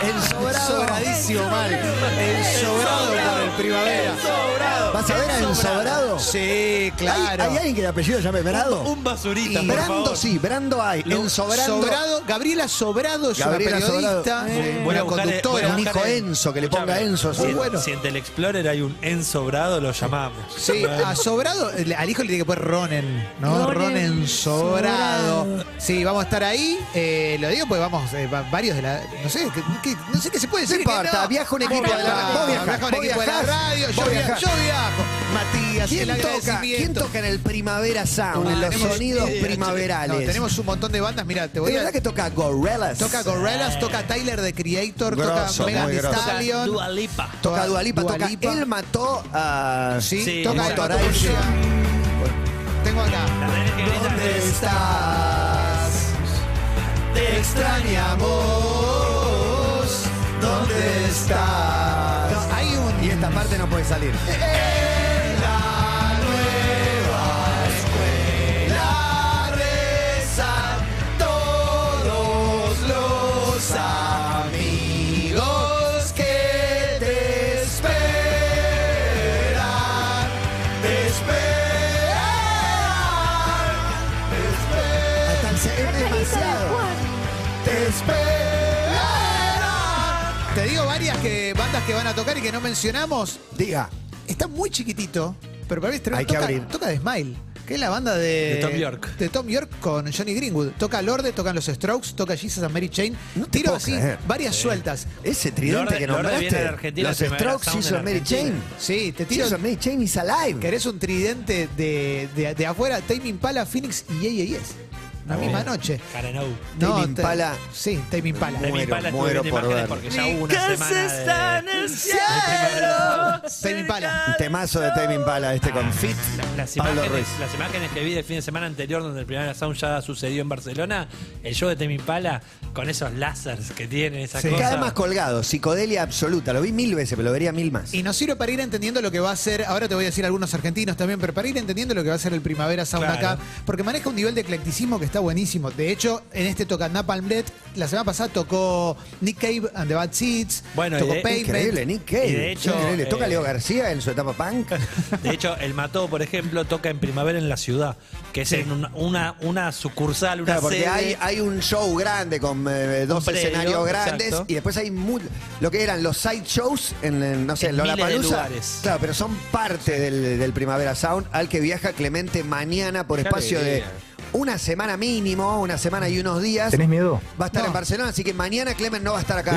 [SPEAKER 3] El sobrado.
[SPEAKER 4] Sobradísimo mal. El sobrado por el primavera.
[SPEAKER 3] ¿Vas a ver a Ensobrado?
[SPEAKER 4] Sí,
[SPEAKER 3] ¿Hay,
[SPEAKER 4] claro.
[SPEAKER 3] hay alguien que el apellido llame Brado?
[SPEAKER 5] Un basurita, por
[SPEAKER 3] Brando
[SPEAKER 5] favor.
[SPEAKER 3] sí, Brando hay.
[SPEAKER 4] Lo-
[SPEAKER 3] en Sobrando.
[SPEAKER 4] Sobrado- Gabriela Sobrado es
[SPEAKER 3] Gabriela
[SPEAKER 4] una
[SPEAKER 3] Sobrado.
[SPEAKER 4] periodista,
[SPEAKER 3] Sí.
[SPEAKER 5] Voy a
[SPEAKER 4] buena
[SPEAKER 5] buscar- voy a
[SPEAKER 4] conductora.
[SPEAKER 3] un
[SPEAKER 5] buscar
[SPEAKER 3] hijo
[SPEAKER 5] en-
[SPEAKER 3] Enzo, que le ponga
[SPEAKER 5] Escuchame,
[SPEAKER 3] Enzo,
[SPEAKER 5] Si,
[SPEAKER 3] sí, bueno.
[SPEAKER 5] si en Telexplorer hay un Enzo Brado, lo llamamos.
[SPEAKER 4] Sí, a Sobrado, le- al hijo le tiene que poner Ronen, ¿no?
[SPEAKER 6] Ronen
[SPEAKER 4] Ronen, Sobrado.
[SPEAKER 6] Sobrado.
[SPEAKER 4] Sí, vamos a estar ahí. eh, lo digo porque vamos, eh, va- varios de la. No sé, que- que- no sé qué se puede decir. que
[SPEAKER 3] importa,
[SPEAKER 4] no.
[SPEAKER 3] viaja un equipo
[SPEAKER 4] Acá
[SPEAKER 6] de
[SPEAKER 4] está.
[SPEAKER 6] la-
[SPEAKER 3] vos viajás,
[SPEAKER 4] Viaja un
[SPEAKER 3] vos
[SPEAKER 4] equipo de la
[SPEAKER 3] viajás,
[SPEAKER 4] radio. Yo
[SPEAKER 3] vos
[SPEAKER 4] viajo.
[SPEAKER 3] viajás.
[SPEAKER 4] Yo viajo. Matías, el
[SPEAKER 3] ¿Quién toca, ¿Quién
[SPEAKER 4] agradecimiento.
[SPEAKER 3] toca en el Primavera Sound?
[SPEAKER 4] Ah,
[SPEAKER 3] en los
[SPEAKER 4] tenemos-
[SPEAKER 3] sonidos
[SPEAKER 4] eh,
[SPEAKER 3] primaverales.
[SPEAKER 4] no, tenemos un montón de bandas. Mira, te
[SPEAKER 3] ¿De
[SPEAKER 4] voy a.
[SPEAKER 3] verdad que toca Gorillaz?
[SPEAKER 4] Toca Gorillaz, toca Tyler the Creator,
[SPEAKER 3] Grosso,
[SPEAKER 4] toca Megan
[SPEAKER 3] muy
[SPEAKER 4] Thee
[SPEAKER 3] grosso.
[SPEAKER 4] Stallion.
[SPEAKER 5] Dua Lipa.
[SPEAKER 3] Toca Dua Lipa,
[SPEAKER 4] Dua
[SPEAKER 3] toca
[SPEAKER 4] Lipa.
[SPEAKER 3] Él mató a...
[SPEAKER 4] Sí,
[SPEAKER 5] Sí,
[SPEAKER 4] toca
[SPEAKER 5] el
[SPEAKER 3] Motor
[SPEAKER 4] Pato
[SPEAKER 3] Ace.
[SPEAKER 4] Bullea. Tengo acá.
[SPEAKER 5] La tenés que gritar.
[SPEAKER 3] ¿Dónde estás?
[SPEAKER 4] Te extrañamos.
[SPEAKER 3] ¿Dónde estás?
[SPEAKER 4] No, hay un.
[SPEAKER 3] Y esta parte no puede salir.
[SPEAKER 4] La rezan todos los amigos que te esperan. Te esperan.
[SPEAKER 3] Hasta el se- es demasiado.
[SPEAKER 4] Te esperan. Te digo varias que, bandas que van a tocar y que no mencionamos.
[SPEAKER 3] Diga.
[SPEAKER 4] Está muy chiquitito, pero para mí es tremendo.
[SPEAKER 3] Hay que
[SPEAKER 4] toca,
[SPEAKER 3] abrir.
[SPEAKER 4] toca de Smile, que es la banda de,
[SPEAKER 5] De Tom York.
[SPEAKER 4] de Tom York con Johnny Greenwood. Toca Lorde, tocan los Strokes, toca Jesus and Mary Chain.
[SPEAKER 3] No te
[SPEAKER 4] Tiro
[SPEAKER 3] puedo
[SPEAKER 4] así
[SPEAKER 3] creer.
[SPEAKER 4] varias sueltas.
[SPEAKER 3] Ese tridente
[SPEAKER 5] Lorde-
[SPEAKER 3] que
[SPEAKER 5] Lorde viene de
[SPEAKER 3] nombraste.
[SPEAKER 5] Argentina,
[SPEAKER 3] Los
[SPEAKER 5] el Primavera
[SPEAKER 3] Strokes,
[SPEAKER 5] Sound
[SPEAKER 3] She's
[SPEAKER 5] en
[SPEAKER 3] Mary
[SPEAKER 5] Argentina.
[SPEAKER 3] Chain.
[SPEAKER 4] Sí, te tiro.
[SPEAKER 3] She's Mary Chain is alive.
[SPEAKER 4] ¿Querés un tridente de, de, de afuera? Tame Impala, Phoenix y AAS. La
[SPEAKER 3] No.
[SPEAKER 4] misma noche.
[SPEAKER 5] Caranou.
[SPEAKER 4] No,
[SPEAKER 3] Tame Impala.
[SPEAKER 4] te- Sí, Tame Impala.
[SPEAKER 5] De mi
[SPEAKER 3] Muero,
[SPEAKER 5] pala estuve
[SPEAKER 3] muero
[SPEAKER 5] viendo
[SPEAKER 3] por
[SPEAKER 5] imágenes
[SPEAKER 3] ver.
[SPEAKER 5] porque ya hubo una semana de-
[SPEAKER 4] Tame Impala.
[SPEAKER 3] Un temazo de Tame Impala este
[SPEAKER 4] Ah.
[SPEAKER 3] con Fit.
[SPEAKER 5] Las
[SPEAKER 3] Pablo
[SPEAKER 5] imágenes,
[SPEAKER 3] Ruiz.
[SPEAKER 5] las imágenes que vi del fin de semana anterior donde el primer Sound ya sucedió en Barcelona, el show de Temi Pala con esos lásers que tienen, esas
[SPEAKER 3] Sí.
[SPEAKER 5] cosas.
[SPEAKER 3] Cada vez más colgado, psicodelia absoluta. Lo vi mil veces, pero lo vería mil más.
[SPEAKER 4] Y nos sirve para ir entendiendo lo que va a ser, ahora te voy a decir algunos argentinos también, pero para ir entendiendo lo que va a ser el Primavera Sound
[SPEAKER 5] Claro.
[SPEAKER 4] acá, porque maneja un nivel de eclecticismo que está buenísimo. De hecho, en este toca Napalm Death, la semana pasada tocó Nick Cave and the Bad Seeds,
[SPEAKER 5] Bueno,
[SPEAKER 4] tocó
[SPEAKER 5] y de-
[SPEAKER 4] Pavement.
[SPEAKER 3] eh, Increíble, Nick Cave.
[SPEAKER 5] Y de hecho,
[SPEAKER 3] Increíble. Toca
[SPEAKER 5] eh,
[SPEAKER 3] Leo García en su etapa punk.
[SPEAKER 5] De hecho, el Mató, por ejemplo, toca en primavera en la ciudad, que es en una, una, una sucursal, una
[SPEAKER 3] Claro, porque
[SPEAKER 5] sede.
[SPEAKER 3] hay, hay un show grande con eh, dos
[SPEAKER 5] predio,
[SPEAKER 3] escenarios grandes
[SPEAKER 5] exacto.
[SPEAKER 3] y después hay mu- lo que eran los side shows en, en, no sé,
[SPEAKER 5] En
[SPEAKER 3] en
[SPEAKER 5] miles de
[SPEAKER 3] Lollapalooza.
[SPEAKER 5] lugares.
[SPEAKER 3] Claro, pero son parte del, del Primavera Sound al que viaja Clemente mañana por
[SPEAKER 5] Qué
[SPEAKER 3] espacio de
[SPEAKER 5] alegría.
[SPEAKER 3] una semana mínimo, una semana y unos días.
[SPEAKER 8] ¿Tenés miedo?
[SPEAKER 3] Va a estar
[SPEAKER 4] No.
[SPEAKER 3] en Barcelona, así que mañana Clemen no va a estar acá.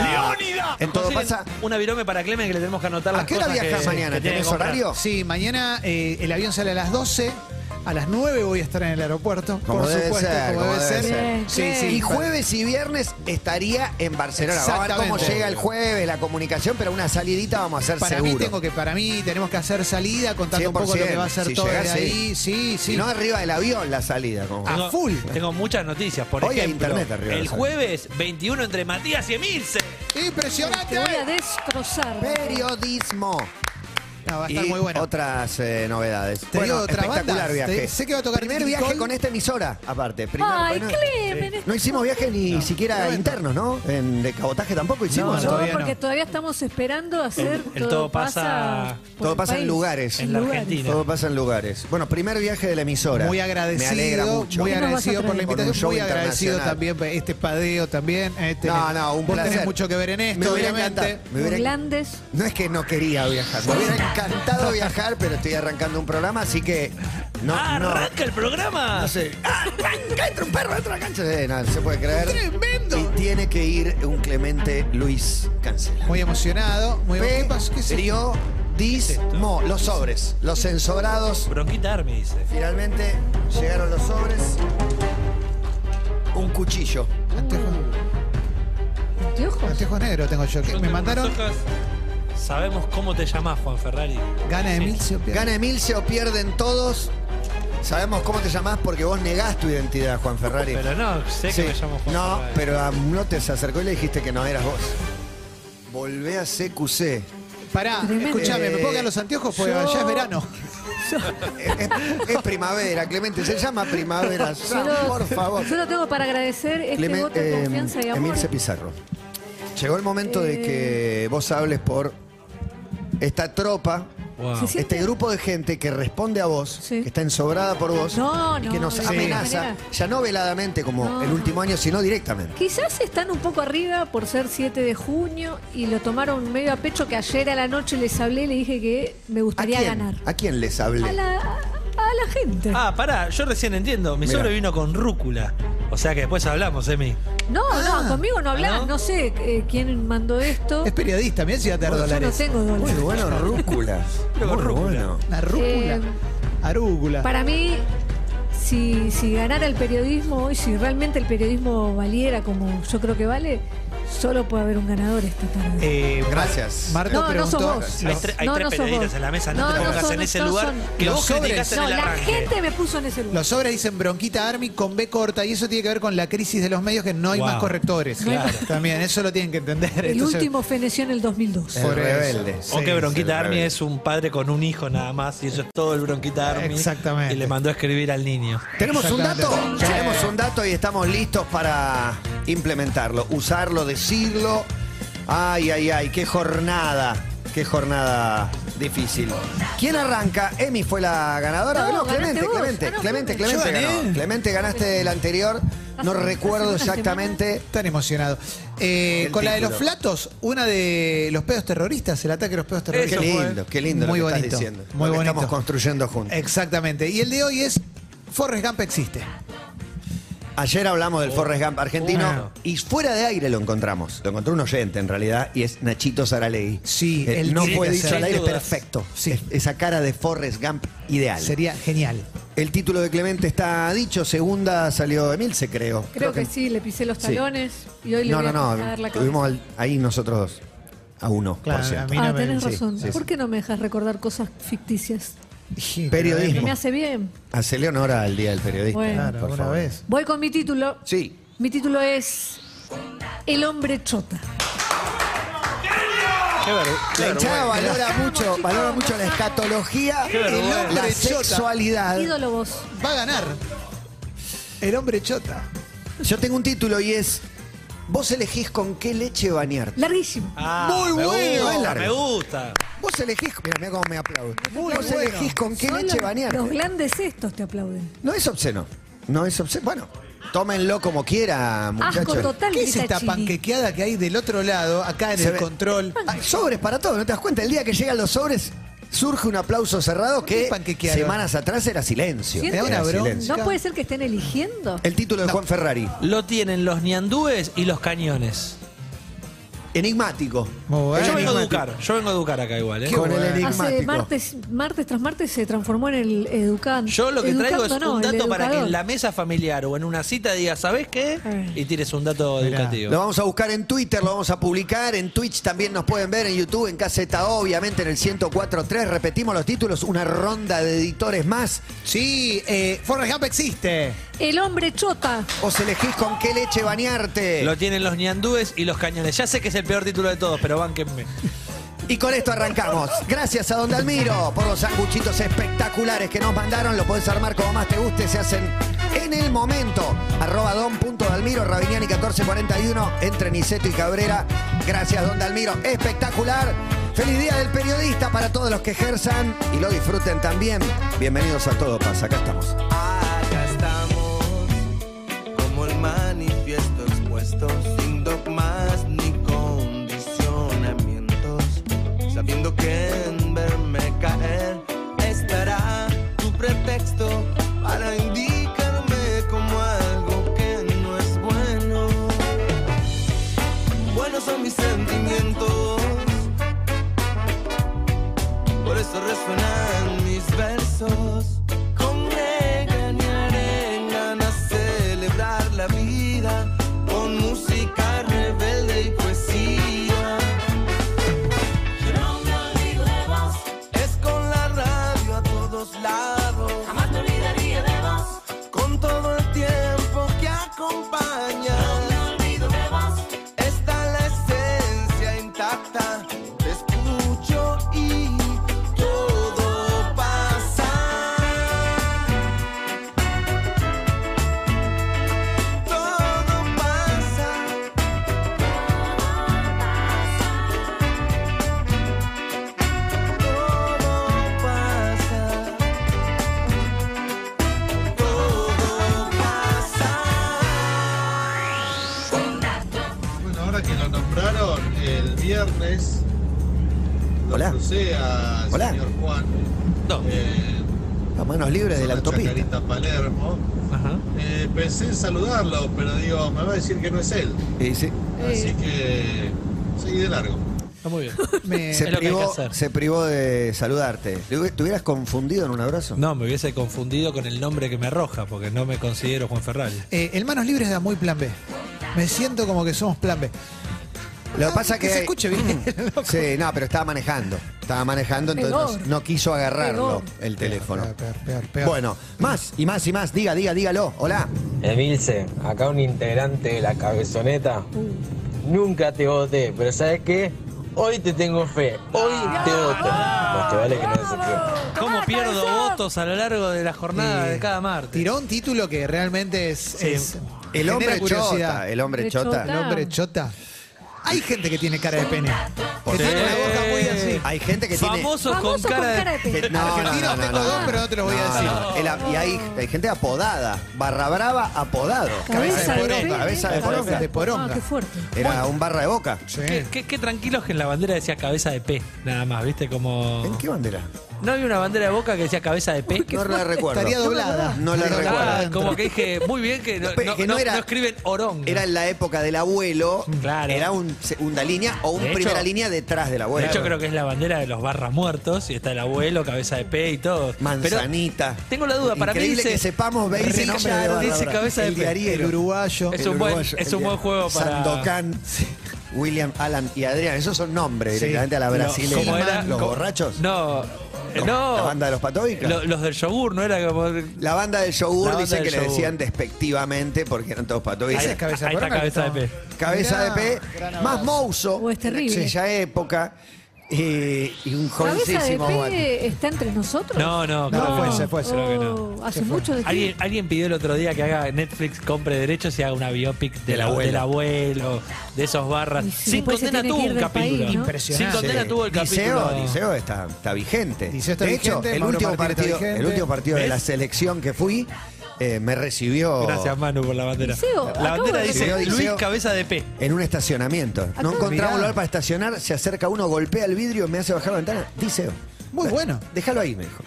[SPEAKER 3] En todo
[SPEAKER 5] Consiguen
[SPEAKER 3] pasa.
[SPEAKER 5] Una virome para Clemen que le tenemos que anotar
[SPEAKER 3] ¿A
[SPEAKER 5] las
[SPEAKER 3] qué hora
[SPEAKER 5] cosas que-
[SPEAKER 3] viajas mañana?
[SPEAKER 5] que tiene
[SPEAKER 3] ¿Tenés
[SPEAKER 5] que comprar.
[SPEAKER 3] horario?
[SPEAKER 4] Sí, mañana eh, el avión sale a las 12. A las 9 voy a estar en el aeropuerto,
[SPEAKER 3] Como
[SPEAKER 4] por
[SPEAKER 3] debe
[SPEAKER 4] supuesto,
[SPEAKER 3] ser,
[SPEAKER 4] como debe ser.
[SPEAKER 6] Bien, bien.
[SPEAKER 4] Sí, sí.
[SPEAKER 3] Y jueves y viernes estaría en Barcelona. Vamos a ver cómo
[SPEAKER 4] Exactamente.
[SPEAKER 3] llega el jueves, la comunicación, pero una salidita vamos a hacer
[SPEAKER 4] Para
[SPEAKER 3] seguro.
[SPEAKER 4] mí tengo que, para mí tenemos que hacer salida, contando un poco lo que va a
[SPEAKER 3] 100%,
[SPEAKER 4] ser
[SPEAKER 3] si
[SPEAKER 4] todo de
[SPEAKER 3] llegás, sí.
[SPEAKER 4] ahí. Sí, sí.
[SPEAKER 3] Si no, arriba del avión la salida. Como.
[SPEAKER 4] Ah,
[SPEAKER 5] Tengo-
[SPEAKER 4] A full.
[SPEAKER 5] Tengo muchas noticias. Por
[SPEAKER 3] Hoy hay
[SPEAKER 5] ejemplo,
[SPEAKER 3] internet arriba de
[SPEAKER 5] el
[SPEAKER 3] esa.
[SPEAKER 5] jueves 21 entre Matías y Emilce.
[SPEAKER 4] ¡Impresionante!
[SPEAKER 6] Te voy a destrozar.
[SPEAKER 3] Periodismo.
[SPEAKER 4] No, va a estar
[SPEAKER 3] y
[SPEAKER 4] muy bueno.
[SPEAKER 3] otras eh, novedades.
[SPEAKER 4] Te digo otra
[SPEAKER 3] espectacular
[SPEAKER 4] banda.
[SPEAKER 3] viaje.
[SPEAKER 4] Te- sé que va a tocar
[SPEAKER 3] Primer
[SPEAKER 4] Kitty
[SPEAKER 3] viaje
[SPEAKER 4] Cole.
[SPEAKER 3] con esta emisora, aparte. Primer-
[SPEAKER 6] Ay,
[SPEAKER 3] bueno,
[SPEAKER 6] Clemen. es-
[SPEAKER 3] no hicimos viajes ni siquiera internos, ¿no? En, de cabotaje tampoco hicimos. ¿no?
[SPEAKER 4] No,
[SPEAKER 6] No,
[SPEAKER 4] todavía no.
[SPEAKER 6] porque todavía estamos esperando hacer
[SPEAKER 5] El- el todo pasa-
[SPEAKER 6] por
[SPEAKER 3] Todo
[SPEAKER 6] el
[SPEAKER 3] pasa en
[SPEAKER 6] país.
[SPEAKER 3] lugares.
[SPEAKER 5] En la
[SPEAKER 6] lugares.
[SPEAKER 5] Argentina.
[SPEAKER 3] Todo pasa en lugares. Bueno, primer viaje de la emisora.
[SPEAKER 4] Muy
[SPEAKER 3] Me alegra
[SPEAKER 4] agradecido,
[SPEAKER 3] mucho.
[SPEAKER 4] muy
[SPEAKER 6] ¿Qué nos vas a
[SPEAKER 4] agradecido por la
[SPEAKER 6] traer?
[SPEAKER 3] Por un
[SPEAKER 4] invitación,
[SPEAKER 3] show
[SPEAKER 4] muy agradecido
[SPEAKER 3] internacional.
[SPEAKER 4] también este padeo también. eh, tenés-
[SPEAKER 3] No, no, un
[SPEAKER 4] vos
[SPEAKER 3] placer.
[SPEAKER 4] tenés mucho que ver en
[SPEAKER 3] Me
[SPEAKER 4] esto,
[SPEAKER 3] hubiera
[SPEAKER 4] obviamente.
[SPEAKER 3] encantado. Me hubiera-
[SPEAKER 6] Irlandes.
[SPEAKER 3] No es que no quería viajar. Me hubiera encantado viajar, pero estoy arrancando un programa, así que no,
[SPEAKER 5] Ah,
[SPEAKER 3] no,
[SPEAKER 5] ¡Arranca el programa!
[SPEAKER 3] No sé. ¡Arranca! Entra un perro, entra la cancha. Eh, no, no se puede creer.
[SPEAKER 4] ¡Tremendo!
[SPEAKER 3] Y tiene que ir un Clemente Luis Cancela.
[SPEAKER 4] Muy emocionado, muy ¿Qué pasó? ¿Qué es esto?
[SPEAKER 3] Periodismo. Dismo, los sobres, los censorados.
[SPEAKER 5] Bronquita Army dice.
[SPEAKER 3] Finalmente llegaron los sobres. Un cuchillo.
[SPEAKER 4] Anteojos,
[SPEAKER 6] ¿Anteojos?
[SPEAKER 4] anteojos negros tengo yo. que
[SPEAKER 5] Yo
[SPEAKER 4] Me
[SPEAKER 5] tengo
[SPEAKER 4] mandaron
[SPEAKER 5] unas hojas. Sabemos cómo te llamas, Juan Ferrari.
[SPEAKER 4] gana Emilcio. Pier-
[SPEAKER 3] Gana Emilce o pierden todos. Sabemos cómo te llamás porque vos negás tu identidad, Juan Ferrari.
[SPEAKER 5] Pero no, sé
[SPEAKER 3] Sí.
[SPEAKER 5] que me llamo Juan
[SPEAKER 3] No,
[SPEAKER 5] Ferrari.
[SPEAKER 3] pero a Munote se acercó y le dijiste que no eras vos. Volvé a CQC. Eh,
[SPEAKER 4] Pará, escúchame, ¿me puedo quedar los anteojos? Porque
[SPEAKER 3] yo-
[SPEAKER 4] ya es verano.
[SPEAKER 3] Es, es primavera, Clemente, se llama primavera. Sam, por favor.
[SPEAKER 6] Yo lo tengo para agradecer este
[SPEAKER 3] Clemen-
[SPEAKER 6] voto de
[SPEAKER 3] eh,
[SPEAKER 6] confianza y amor.
[SPEAKER 3] Emilce Pizarro. Llegó el momento de
[SPEAKER 6] Eh.
[SPEAKER 3] que vos hables por esta tropa,
[SPEAKER 5] Wow.
[SPEAKER 6] Sí, sí.
[SPEAKER 3] este grupo de gente que responde a vos,
[SPEAKER 6] Sí.
[SPEAKER 3] que está ensobrada por vos,
[SPEAKER 6] No,
[SPEAKER 3] y
[SPEAKER 6] no,
[SPEAKER 3] que nos
[SPEAKER 6] de ninguna
[SPEAKER 3] amenaza,
[SPEAKER 6] manera.
[SPEAKER 3] ya no veladamente como
[SPEAKER 6] No,
[SPEAKER 3] el
[SPEAKER 6] no.
[SPEAKER 3] último año, sino directamente.
[SPEAKER 6] Quizás están un poco arriba por ser 7 de junio y lo tomaron medio a pecho que ayer a la noche les hablé y le dije que me
[SPEAKER 3] ¿A
[SPEAKER 6] gustaría
[SPEAKER 3] quién?
[SPEAKER 6] ganar.
[SPEAKER 3] ¿A quién les hablé?
[SPEAKER 6] A la, a la gente.
[SPEAKER 5] Ah, pará, yo recién entiendo. Mi
[SPEAKER 3] Mirá.
[SPEAKER 5] sobre vino con rúcula. O sea que después hablamos, Emi.
[SPEAKER 6] No, no, conmigo no hablas.
[SPEAKER 5] ¿no?
[SPEAKER 6] ¿no? sé eh, quién mandó esto.
[SPEAKER 4] Es periodista, mirá si va a tener
[SPEAKER 6] Yo no
[SPEAKER 4] dólares.
[SPEAKER 6] tengo
[SPEAKER 3] Muy
[SPEAKER 6] dólares.
[SPEAKER 3] bueno, rúcula.
[SPEAKER 5] Pero con
[SPEAKER 3] Muy
[SPEAKER 5] rúcula.
[SPEAKER 3] bueno.
[SPEAKER 4] Una rúcula.
[SPEAKER 6] Eh,
[SPEAKER 4] Arúcula.
[SPEAKER 6] Para mí, si, si ganara el periodismo hoy, si realmente el periodismo valiera como yo creo que vale, solo puede haber un ganador esta tarde.
[SPEAKER 4] Eh,
[SPEAKER 3] Gracias.
[SPEAKER 4] Marto
[SPEAKER 6] No, no sos
[SPEAKER 4] preguntó-
[SPEAKER 6] vos.
[SPEAKER 5] Hay,
[SPEAKER 4] Los-
[SPEAKER 5] tre- hay
[SPEAKER 6] No,
[SPEAKER 5] tres
[SPEAKER 6] no sos
[SPEAKER 5] periodistas
[SPEAKER 6] vos.
[SPEAKER 5] en la mesa, no,
[SPEAKER 6] No,
[SPEAKER 5] te
[SPEAKER 6] no
[SPEAKER 5] pongas
[SPEAKER 6] son-
[SPEAKER 5] en ese
[SPEAKER 6] no
[SPEAKER 5] lugar
[SPEAKER 6] son-
[SPEAKER 5] que
[SPEAKER 4] Los
[SPEAKER 5] vos
[SPEAKER 4] sobres.
[SPEAKER 5] criticaste en
[SPEAKER 6] no,
[SPEAKER 5] el
[SPEAKER 6] la
[SPEAKER 5] arranque.
[SPEAKER 6] gente me puso en ese lugar.
[SPEAKER 4] Los sobres dicen bronquita Army con B corta y eso tiene que ver con la crisis de los medios que no hay
[SPEAKER 5] Wow.
[SPEAKER 4] más correctores.
[SPEAKER 5] Claro.
[SPEAKER 4] También eso lo tienen que entender.
[SPEAKER 6] el
[SPEAKER 4] Entonces,
[SPEAKER 6] último feneció en el 2002.
[SPEAKER 3] El
[SPEAKER 4] por eso.
[SPEAKER 3] rebelde.
[SPEAKER 5] O
[SPEAKER 4] Sí,
[SPEAKER 5] que
[SPEAKER 3] sí,
[SPEAKER 5] Bronquita Army
[SPEAKER 3] rebelde.
[SPEAKER 5] es un padre con un hijo nada más, y eso es todo el Bronquita Army.
[SPEAKER 4] Exactamente.
[SPEAKER 5] Y le mandó a escribir al niño.
[SPEAKER 3] ¿Tenemos un dato?
[SPEAKER 4] Exactamente.
[SPEAKER 3] Tenemos un dato y estamos listos para implementarlo, usarlo, decirlo. Ay, ay, ay, qué jornada. Qué jornada difícil. ¿Quién arranca? Emi fue la ganadora.
[SPEAKER 6] No,
[SPEAKER 3] No, Clemente,
[SPEAKER 6] ganaste vos.
[SPEAKER 3] Clemente,
[SPEAKER 6] Ah, no,
[SPEAKER 3] Clemente,
[SPEAKER 6] Clemente.
[SPEAKER 3] Clemente
[SPEAKER 4] Yo gané.
[SPEAKER 3] ganó. Clemente ganaste el anterior. No recuerdo exactamente.
[SPEAKER 4] Tan emocionado. Eh,
[SPEAKER 3] El
[SPEAKER 4] con la de
[SPEAKER 3] título.
[SPEAKER 4] los flatos, una de los pedos terroristas, el ataque de los pedos
[SPEAKER 3] Qué
[SPEAKER 4] terroristas.
[SPEAKER 5] Eso fue.
[SPEAKER 3] lindo, qué lindo
[SPEAKER 4] Muy
[SPEAKER 3] lo que
[SPEAKER 4] bonito,
[SPEAKER 3] estás diciendo.
[SPEAKER 4] muy
[SPEAKER 3] lo que
[SPEAKER 4] bonito.
[SPEAKER 3] estamos construyendo juntos.
[SPEAKER 4] Exactamente. Y el de hoy es Forrest Gump existe.
[SPEAKER 3] Ayer hablamos
[SPEAKER 4] Oh.
[SPEAKER 3] del Forrest Gump argentino
[SPEAKER 5] Bueno.
[SPEAKER 3] y fuera de aire lo encontramos. Lo encontró un oyente en realidad y es Nachito Saralegui.
[SPEAKER 4] Sí,
[SPEAKER 3] Eh,
[SPEAKER 4] él
[SPEAKER 3] no
[SPEAKER 4] tiene
[SPEAKER 3] fue
[SPEAKER 4] que
[SPEAKER 3] dicho
[SPEAKER 4] ser.
[SPEAKER 3] al aire,
[SPEAKER 5] Sin dudas.
[SPEAKER 3] perfecto.
[SPEAKER 4] Sí.
[SPEAKER 3] Es- Esa cara de Forrest Gump ideal.
[SPEAKER 4] Sería genial.
[SPEAKER 3] El título de Clemente está dicho, segunda salió Emilce, creo.
[SPEAKER 6] Creo que sí, le pisé los
[SPEAKER 3] Sí.
[SPEAKER 6] talones y hoy le
[SPEAKER 3] No,
[SPEAKER 6] voy
[SPEAKER 3] no,
[SPEAKER 6] a dar
[SPEAKER 3] no.
[SPEAKER 6] la
[SPEAKER 3] Tuvimos
[SPEAKER 6] cabeza.
[SPEAKER 3] al- ahí nosotros dos. A uno,
[SPEAKER 4] Claro,
[SPEAKER 3] por
[SPEAKER 4] a
[SPEAKER 3] cierto.
[SPEAKER 4] mí no
[SPEAKER 6] Ah,
[SPEAKER 4] me-
[SPEAKER 6] tenés
[SPEAKER 4] sí,
[SPEAKER 6] razón.
[SPEAKER 3] sí,
[SPEAKER 6] ¿Por
[SPEAKER 3] sí.
[SPEAKER 6] qué no me dejas recordar cosas ficticias?
[SPEAKER 3] Periodismo. Ah,
[SPEAKER 6] Que
[SPEAKER 3] Mismo.
[SPEAKER 6] me hace bien.
[SPEAKER 3] Hacele honor al Día del Periodista.
[SPEAKER 6] Bueno.
[SPEAKER 4] Claro,
[SPEAKER 3] por
[SPEAKER 4] una
[SPEAKER 3] favor.
[SPEAKER 4] vez.
[SPEAKER 6] Voy con mi título.
[SPEAKER 3] Sí.
[SPEAKER 6] Mi título es El hombre chota.
[SPEAKER 5] Qué ver- qué
[SPEAKER 3] La hinchada
[SPEAKER 5] vergüenza.
[SPEAKER 3] valora mucho,
[SPEAKER 6] chicos,
[SPEAKER 3] valora mucho la
[SPEAKER 6] nos vamos.
[SPEAKER 3] escatología,
[SPEAKER 5] Qué vergüenza.
[SPEAKER 3] la sexualidad.
[SPEAKER 6] Ídolo vos.
[SPEAKER 4] Va a ganar. El hombre chota.
[SPEAKER 3] Yo tengo un título y es Vos elegís con qué leche bañarte.
[SPEAKER 6] Larguísimo.
[SPEAKER 5] Ah,
[SPEAKER 3] Muy
[SPEAKER 5] me
[SPEAKER 3] bueno.
[SPEAKER 5] gusta, me gusta.
[SPEAKER 3] Vos elegís, mira, mira cómo me aplaudo.
[SPEAKER 4] Muy
[SPEAKER 3] Vos
[SPEAKER 4] bueno.
[SPEAKER 3] elegís con qué
[SPEAKER 6] Solo
[SPEAKER 3] leche
[SPEAKER 6] Los
[SPEAKER 3] bañarte.
[SPEAKER 6] grandes estos te aplauden.
[SPEAKER 3] No es obsceno. No es obsceno. Bueno, tómenlo como quiera,
[SPEAKER 6] Asco
[SPEAKER 3] muchachos.
[SPEAKER 6] total,
[SPEAKER 4] ¿Qué es
[SPEAKER 6] grita
[SPEAKER 4] esta
[SPEAKER 6] Chini.
[SPEAKER 4] panquequeada que hay del otro lado, acá en
[SPEAKER 3] Se
[SPEAKER 4] el
[SPEAKER 3] ve-
[SPEAKER 4] control?
[SPEAKER 3] Hay sobres para todo, ¿no te das cuenta? El día que llegan los sobres surge un aplauso cerrado
[SPEAKER 4] qué
[SPEAKER 3] que
[SPEAKER 4] panquequearon?
[SPEAKER 3] semanas atrás era silencio.
[SPEAKER 6] ¿Sienten?
[SPEAKER 4] Me da una
[SPEAKER 3] Era
[SPEAKER 4] bronca.
[SPEAKER 3] silencio.
[SPEAKER 6] No puede ser que estén eligiendo.
[SPEAKER 3] El título de Juan Ferrari,
[SPEAKER 5] Lo tienen los ñandúes y los cañones.
[SPEAKER 3] enigmático.
[SPEAKER 4] Muy bueno.
[SPEAKER 5] Yo vengo a educar, yo vengo a educar acá igual, ¿eh?
[SPEAKER 3] Con el
[SPEAKER 4] bueno.
[SPEAKER 6] Hace
[SPEAKER 3] enigmático.
[SPEAKER 6] martes, martes tras martes se transformó en el educante.
[SPEAKER 5] Yo lo que traigo es un dato para que en la mesa familiar o en una cita digas, ¿sabés qué?
[SPEAKER 6] Eh.
[SPEAKER 5] Y tires un dato
[SPEAKER 4] Mirá.
[SPEAKER 5] educativo.
[SPEAKER 3] Lo vamos a buscar en Twitter, lo vamos a publicar, en Twitch también nos pueden ver, en YouTube, en Caseta, O, obviamente en el 104.3. Repetimos los títulos, una ronda de editores más.
[SPEAKER 4] Sí, eh, Forrest Gump existe.
[SPEAKER 6] El hombre chota.
[SPEAKER 5] Ah,
[SPEAKER 3] Os elegís con qué leche bañarte.
[SPEAKER 5] Lo tienen los ñandúes y los cañones. Ya sé que es el peor título de todos, pero bánquenme.
[SPEAKER 3] Y con esto arrancamos. Gracias a Don Dalmiro por los sanguchitos espectaculares que nos mandaron. Lo podés armar como más te guste. Se hacen en el momento. Arroba don.dalmiro, Rabiniani 1441, entre Niceto y Cabrera. Gracias, Don Dalmiro. Espectacular. Feliz Día del Periodista para todos los que ejerzan y lo disfruten también. Bienvenidos a Todo Pasa. Acá estamos.
[SPEAKER 8] Acá estamos, como el manifiesto expuesto, sin dogmas ni condicionamientos, sabiendo que en verme caer estará tu pretexto para indicarme como algo que no es bueno. Buenos son mis sentimientos. Resuenan mis versos con negra y arena a celebrar la vida con música rebelde y poesía. Es con la radio a todos lados. Jamás te olvidaría de vos. Con todo el tiempo que acompaña. No me olvido de vos. Está la esencia intacta. Te escucho y todo pasa. Todo pasa. Todo pasa, todo pasa.
[SPEAKER 9] Bueno, ahora que lo nombraron el viernes, lo
[SPEAKER 3] Hola.
[SPEAKER 9] crucé a
[SPEAKER 3] Hola.
[SPEAKER 9] señor Juan.
[SPEAKER 5] No.
[SPEAKER 9] eh,
[SPEAKER 3] A manos libres de la
[SPEAKER 9] zona
[SPEAKER 3] autopista.
[SPEAKER 9] Chacarita, Palermo.
[SPEAKER 5] Ajá.
[SPEAKER 9] Eh, pensé en saludarlo, pero digo, me va a decir que no es él.
[SPEAKER 3] Y sí,
[SPEAKER 6] Eh,
[SPEAKER 9] Así que seguí de largo.
[SPEAKER 5] Está muy bien.
[SPEAKER 4] Me-
[SPEAKER 3] se,
[SPEAKER 5] lo que hay que
[SPEAKER 3] privó,
[SPEAKER 5] hacer.
[SPEAKER 3] se privó de saludarte. ¿Te hubi- ¿Te hubieras confundido en un abrazo?
[SPEAKER 5] No, me hubiese confundido con el nombre que me arroja, porque no me considero Juan Ferrari.
[SPEAKER 4] eh, el Manos Libres da muy plan B. Me siento como que somos plan B.
[SPEAKER 3] Lo que pasa que.
[SPEAKER 4] que
[SPEAKER 3] Mm.
[SPEAKER 4] se escuche bien, loco.
[SPEAKER 3] Sí, no, pero estaba manejando. Estaba manejando, entonces
[SPEAKER 6] Peor.
[SPEAKER 3] no, no quiso agarrarlo
[SPEAKER 6] Peor.
[SPEAKER 3] el teléfono.
[SPEAKER 4] Peor, peor, peor, peor.
[SPEAKER 3] Bueno, más y más y más. Diga, diga, dígalo. Hola.
[SPEAKER 10] Emilce, acá un integrante de la cabezoneta. Nunca te voté, pero ¿sabes qué? Hoy te tengo fe, hoy te voto. Más te vale que no decepciones.
[SPEAKER 5] ¿Cómo
[SPEAKER 6] Tomá,
[SPEAKER 5] pierdo
[SPEAKER 6] cabezón.
[SPEAKER 5] votos a lo largo de la jornada
[SPEAKER 4] Eh,
[SPEAKER 5] de cada martes?
[SPEAKER 4] Tiró un título que realmente es. es-
[SPEAKER 3] El
[SPEAKER 4] genera
[SPEAKER 3] hombre
[SPEAKER 4] curiosidad.
[SPEAKER 3] chota. El hombre
[SPEAKER 6] De
[SPEAKER 3] chota.
[SPEAKER 4] El hombre chota. Hay gente que tiene cara de pene. Que
[SPEAKER 3] Por
[SPEAKER 4] tiene la
[SPEAKER 5] supuesto.
[SPEAKER 4] boca muy así.
[SPEAKER 3] Hay gente que tiene.
[SPEAKER 5] Famosos con
[SPEAKER 6] Famoso
[SPEAKER 5] cara de...
[SPEAKER 6] pene.
[SPEAKER 3] que- No, no,
[SPEAKER 4] Argentinos
[SPEAKER 3] no, no,
[SPEAKER 4] tengo
[SPEAKER 3] no.
[SPEAKER 4] dos, pero no te los voy a
[SPEAKER 3] No,
[SPEAKER 4] decir.
[SPEAKER 3] no. El- y hay, hay gente apodada. Barra brava, apodado.
[SPEAKER 6] Cabeza de
[SPEAKER 3] poronga,
[SPEAKER 6] pene.
[SPEAKER 3] Cabeza de poronga.
[SPEAKER 4] de poronga.
[SPEAKER 6] Ah, qué fuerte.
[SPEAKER 3] Era un barra de boca.
[SPEAKER 4] Sí.
[SPEAKER 5] Qué, qué- qué tranquilos que en la bandera decía cabeza de P, nada más, ¿viste? Como...
[SPEAKER 3] ¿En qué bandera?
[SPEAKER 5] ¿No había una bandera de boca que decía cabeza de P?
[SPEAKER 3] No la recuerdo.
[SPEAKER 4] Estaría doblada.
[SPEAKER 3] No la
[SPEAKER 4] Estaría
[SPEAKER 5] Ah,
[SPEAKER 3] recuerdo.
[SPEAKER 4] doblada.
[SPEAKER 5] como que dije, muy bien que no,
[SPEAKER 3] No, pero
[SPEAKER 5] no-
[SPEAKER 3] que no
[SPEAKER 5] no-
[SPEAKER 3] era-
[SPEAKER 5] no escriben orón.
[SPEAKER 3] Era en la época del abuelo.
[SPEAKER 5] Claro.
[SPEAKER 3] Era un segunda línea o un
[SPEAKER 5] De hecho-
[SPEAKER 3] primera línea detrás del
[SPEAKER 5] De
[SPEAKER 3] abuelo.
[SPEAKER 5] hecho, creo que es la bandera de los barra muertos y está el abuelo, cabeza de P y todo.
[SPEAKER 3] Manzanita.
[SPEAKER 5] Pero tengo la duda, para mí
[SPEAKER 3] Increíble
[SPEAKER 5] dice-
[SPEAKER 3] que sepamos 20
[SPEAKER 5] Richard
[SPEAKER 3] nombres de barra
[SPEAKER 5] dice
[SPEAKER 3] brava.
[SPEAKER 5] cabeza de
[SPEAKER 3] El
[SPEAKER 5] pez.
[SPEAKER 3] diario.
[SPEAKER 4] El uruguayo.
[SPEAKER 5] Es
[SPEAKER 3] El
[SPEAKER 5] un buen-
[SPEAKER 3] uruguayo,
[SPEAKER 5] es
[SPEAKER 3] el
[SPEAKER 5] un buen
[SPEAKER 3] diario.
[SPEAKER 5] juego para-
[SPEAKER 3] Sandokan, William, Alan y Adrián. Esos son nombres directamente a la
[SPEAKER 5] Pero,
[SPEAKER 3] brasileña.
[SPEAKER 5] ¿cómo era?
[SPEAKER 3] ¿Los
[SPEAKER 5] ¿Cómo-
[SPEAKER 3] borrachos?
[SPEAKER 5] No, eh,
[SPEAKER 3] ¿Los-
[SPEAKER 5] no.
[SPEAKER 3] ¿La banda de los patobicas?
[SPEAKER 5] Lo- los del yogur, ¿no era como...?
[SPEAKER 3] La banda del
[SPEAKER 5] La
[SPEAKER 3] yogur
[SPEAKER 5] banda
[SPEAKER 3] dice
[SPEAKER 5] del
[SPEAKER 3] que le
[SPEAKER 5] yogur.
[SPEAKER 3] decían despectivamente porque eran todos patobicas.
[SPEAKER 4] Ahí es cabeza de
[SPEAKER 5] Ahí está
[SPEAKER 4] poronga
[SPEAKER 5] cabeza de
[SPEAKER 4] que
[SPEAKER 5] P.
[SPEAKER 4] estamos-
[SPEAKER 3] Cabeza
[SPEAKER 4] Mirá,
[SPEAKER 3] de
[SPEAKER 4] gran
[SPEAKER 3] P,
[SPEAKER 4] abrazo.
[SPEAKER 3] más Mouso.
[SPEAKER 6] Oh, es terrible.
[SPEAKER 3] En aquella época. eh, y un
[SPEAKER 6] ¿Cabeza de
[SPEAKER 3] jovencísimo. Guati.
[SPEAKER 6] pene está entre nosotros?
[SPEAKER 5] No, no, creo
[SPEAKER 4] No,
[SPEAKER 5] que
[SPEAKER 4] fue, se fue, se
[SPEAKER 5] creo que no.
[SPEAKER 6] Oh, Hace mucho de
[SPEAKER 5] ¿Alguien, alguien pidió el otro día que haga Netflix compre derechos y haga una biopic de
[SPEAKER 3] Del
[SPEAKER 5] la-
[SPEAKER 3] abuelo.
[SPEAKER 5] del abuelo, de esos barras.
[SPEAKER 6] Y sí,
[SPEAKER 5] Sin
[SPEAKER 6] después se
[SPEAKER 5] condena
[SPEAKER 6] tiene
[SPEAKER 5] tuvo
[SPEAKER 6] que ir
[SPEAKER 5] un
[SPEAKER 6] del país,
[SPEAKER 5] capítulo.
[SPEAKER 6] ¿no?
[SPEAKER 4] Impresionante.
[SPEAKER 5] Sin condena
[SPEAKER 3] Sí.
[SPEAKER 5] tuvo el
[SPEAKER 3] Liceo,
[SPEAKER 5] capítulo.
[SPEAKER 3] Liceo está, está vigente.
[SPEAKER 4] Liceo está
[SPEAKER 3] de hecho,
[SPEAKER 4] vigente,
[SPEAKER 3] el,
[SPEAKER 4] Mauro
[SPEAKER 3] último
[SPEAKER 4] Martínez está
[SPEAKER 3] partido,
[SPEAKER 4] vigente.
[SPEAKER 3] el último partido de
[SPEAKER 5] ¿Ves?
[SPEAKER 3] la selección que fui eh, me recibió
[SPEAKER 5] Gracias, Manu, por la bandera.
[SPEAKER 6] Liceo,
[SPEAKER 5] la
[SPEAKER 6] acabo
[SPEAKER 5] bandera
[SPEAKER 6] de-
[SPEAKER 5] dice
[SPEAKER 3] Liceo,
[SPEAKER 5] Oh. Luis
[SPEAKER 3] Liceo.
[SPEAKER 5] Cabeza de P.
[SPEAKER 3] en un estacionamiento.
[SPEAKER 6] Ah,
[SPEAKER 3] No encontraba
[SPEAKER 4] Mirá.
[SPEAKER 3] un lugar para estacionar, se acerca uno, golpea el vidrio, me hace bajar la ventana. Liceo.
[SPEAKER 4] Muy bueno.
[SPEAKER 3] Déjalo ahí, me dijo.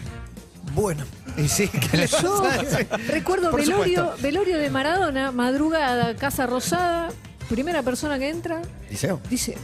[SPEAKER 4] Bueno. Y sí, ¿qué le
[SPEAKER 6] Yo
[SPEAKER 4] vas a decir?
[SPEAKER 6] recuerdo
[SPEAKER 4] Por
[SPEAKER 6] velorio,
[SPEAKER 4] supuesto.
[SPEAKER 6] velorio de Maradona, madrugada, Casa Rosada, primera persona que entra,
[SPEAKER 3] Liceo.
[SPEAKER 6] dice,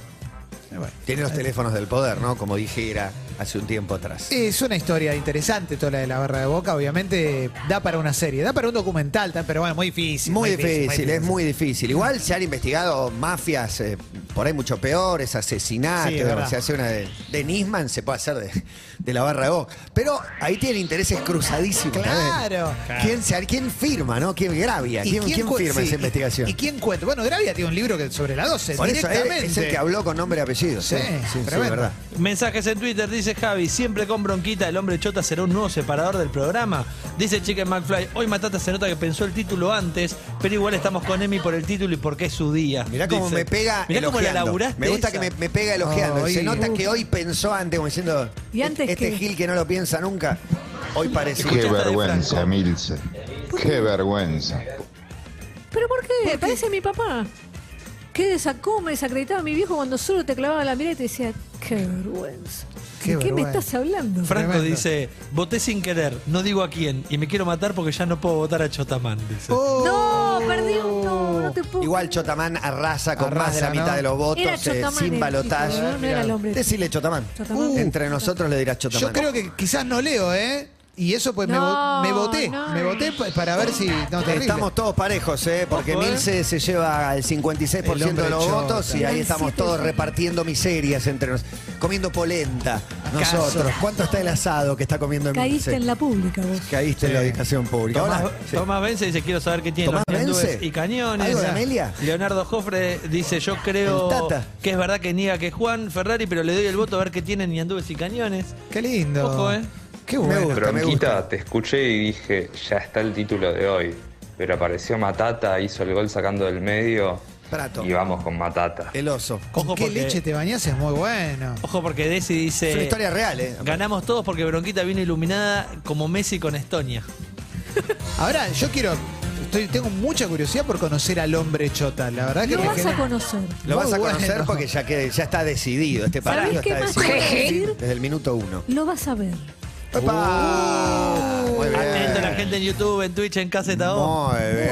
[SPEAKER 4] Eh, bueno.
[SPEAKER 3] Tiene los teléfonos del poder, ¿no? Como dijera hace un tiempo atrás.
[SPEAKER 4] Es una historia interesante toda la de la barra de boca, obviamente da para una serie, da para un documental, tal, pero bueno, muy difícil.
[SPEAKER 3] Muy difícil, es muy difícil. Igual se han investigado mafias, eh, por ahí mucho peores, asesinatos.
[SPEAKER 4] Sí, es verdad.
[SPEAKER 3] se hace una de, de Nisman, se puede hacer de, de la barra de boca. Pero ahí tienen intereses cruzadísimos. también.
[SPEAKER 4] Claro.
[SPEAKER 3] ¿Quién, se, ¿Quién firma, no? ¿Quién gravia?
[SPEAKER 4] ¿Y
[SPEAKER 3] ¿Quién, quién
[SPEAKER 4] cu-
[SPEAKER 3] firma
[SPEAKER 4] sí,
[SPEAKER 3] esa investigación?
[SPEAKER 4] ¿Y, y quién cuenta? Bueno, Gravia tiene un libro que sobre la 12,
[SPEAKER 3] por eso él
[SPEAKER 4] directamente.
[SPEAKER 3] es el que habló con nombre y apellido. Sí,
[SPEAKER 4] Sí,
[SPEAKER 3] sí, sí,
[SPEAKER 4] tremendo.
[SPEAKER 3] verdad.
[SPEAKER 5] Mensajes en Twitter, dice Javi, siempre con bronquita, el hombre chota será un nuevo separador del programa. Dice Chicken McFly, hoy Matata se nota que pensó el título antes, pero igual estamos con Emi por el título y porque es su día.
[SPEAKER 3] Mirá cómo
[SPEAKER 5] Dice.
[SPEAKER 3] me pega
[SPEAKER 5] Mirá cómo la
[SPEAKER 3] elogiando.
[SPEAKER 5] laburaste.
[SPEAKER 3] Me gusta
[SPEAKER 5] esa.
[SPEAKER 3] que me, me pega elogiando.
[SPEAKER 4] Ay.
[SPEAKER 3] Se nota que hoy pensó antes, como diciendo,
[SPEAKER 6] ¿Y antes
[SPEAKER 3] este
[SPEAKER 6] qué?
[SPEAKER 3] Gil que no lo piensa nunca, hoy parece
[SPEAKER 5] Escucha
[SPEAKER 1] Qué
[SPEAKER 5] esta de
[SPEAKER 1] vergüenza,
[SPEAKER 5] Franco.
[SPEAKER 1] Milce. Qué vergüenza.
[SPEAKER 6] ¿pero por qué? Parece mi papá. Qué desacó, me desacreditaba mi viejo cuando solo te clavaba la mirada y te decía, qué vergüenza.
[SPEAKER 4] Qué
[SPEAKER 6] ¿De qué me
[SPEAKER 4] vergüenza.
[SPEAKER 6] estás hablando?
[SPEAKER 5] Franco
[SPEAKER 4] Tremendo.
[SPEAKER 5] dice, voté sin querer, no digo a quién, y me quiero matar porque ya no puedo votar a Chotamán. Dice.
[SPEAKER 4] Oh,
[SPEAKER 6] No, perdí un no, no te puedo
[SPEAKER 3] Igual Chotamán arrasa con
[SPEAKER 4] Arrasa,
[SPEAKER 3] más de la
[SPEAKER 4] ¿no?
[SPEAKER 3] mitad de los votos,
[SPEAKER 6] Era
[SPEAKER 3] eh,
[SPEAKER 6] Chotamán el
[SPEAKER 3] sin
[SPEAKER 6] tipo,
[SPEAKER 3] balotaje.
[SPEAKER 6] ¿no? No era el hombre.
[SPEAKER 3] Decirle Chotamán.
[SPEAKER 6] Chotamán.
[SPEAKER 3] Uh, Entre nosotros le dirás Chotamán.
[SPEAKER 4] Yo creo que quizás no leo, ¿eh? Y eso pues me
[SPEAKER 6] No,
[SPEAKER 4] vo- me voté.
[SPEAKER 6] no.
[SPEAKER 4] Me voté pa- para ver si. No, terrible.
[SPEAKER 3] Estamos todos parejos, ¿eh? porque
[SPEAKER 5] Ojo, ¿eh?
[SPEAKER 3] Milce se lleva el 56%
[SPEAKER 4] El hombre
[SPEAKER 3] de los
[SPEAKER 4] chota.
[SPEAKER 3] votos y ahí estamos todos repartiendo miserias entre nosotros, comiendo polenta nosotros. ¿Cuánto está el asado que está comiendo
[SPEAKER 6] Caíste
[SPEAKER 3] Milce?
[SPEAKER 6] en la pública vos.
[SPEAKER 3] Caíste en la ubicación pública.
[SPEAKER 5] Tomás,
[SPEAKER 3] Hola. Sí.
[SPEAKER 5] Tomás Vence dice, quiero saber qué tienen
[SPEAKER 3] Tomás
[SPEAKER 5] los hindúes
[SPEAKER 3] Vence.
[SPEAKER 5] y cañones.
[SPEAKER 3] ¿Algo de Amelia?
[SPEAKER 5] Leonardo Jofre dice, yo creo
[SPEAKER 3] El Tata.
[SPEAKER 5] que es verdad que niega que es Juan Ferrari, pero le doy el voto a ver qué tienen hindúes y cañones.
[SPEAKER 4] Qué lindo.
[SPEAKER 5] Ojo, ¿eh?
[SPEAKER 4] Qué
[SPEAKER 3] Me
[SPEAKER 4] bueno.
[SPEAKER 3] gusta, me gusta.
[SPEAKER 11] Bronquita, te escuché y dije, ya está el título de hoy. Pero apareció Matata, hizo el gol sacando del medio
[SPEAKER 3] Prato,
[SPEAKER 11] y vamos con Matata.
[SPEAKER 3] el oso.
[SPEAKER 4] Con
[SPEAKER 5] Ojo,
[SPEAKER 4] qué
[SPEAKER 5] porque-
[SPEAKER 4] leche te bañas es muy bueno.
[SPEAKER 5] Ojo porque Desi
[SPEAKER 3] Es una
[SPEAKER 5] dice,
[SPEAKER 3] historia real, ¿eh?
[SPEAKER 5] ganamos todos porque Bronquita vino iluminada como Messi con Estonia.
[SPEAKER 4] Ahora, yo quiero. Estoy, tengo mucha curiosidad por conocer al hombre chota. La verdad que
[SPEAKER 6] Lo
[SPEAKER 4] me
[SPEAKER 6] vas a
[SPEAKER 4] genera-
[SPEAKER 6] conocer.
[SPEAKER 3] Lo vas
[SPEAKER 4] Muy
[SPEAKER 3] a conocer
[SPEAKER 4] bueno.
[SPEAKER 3] porque ya, que, ya está decidido. Este
[SPEAKER 6] ¿Sabés
[SPEAKER 3] partido
[SPEAKER 6] qué
[SPEAKER 3] está
[SPEAKER 6] más te voy a
[SPEAKER 3] decidido
[SPEAKER 6] decir?
[SPEAKER 3] desde el minuto uno.
[SPEAKER 6] Lo vas a ver.
[SPEAKER 3] ¡Epa! Muy bien.
[SPEAKER 5] Uh, Atento la gente en YouTube, en Twitch, en Caseta O.
[SPEAKER 3] Muy bien.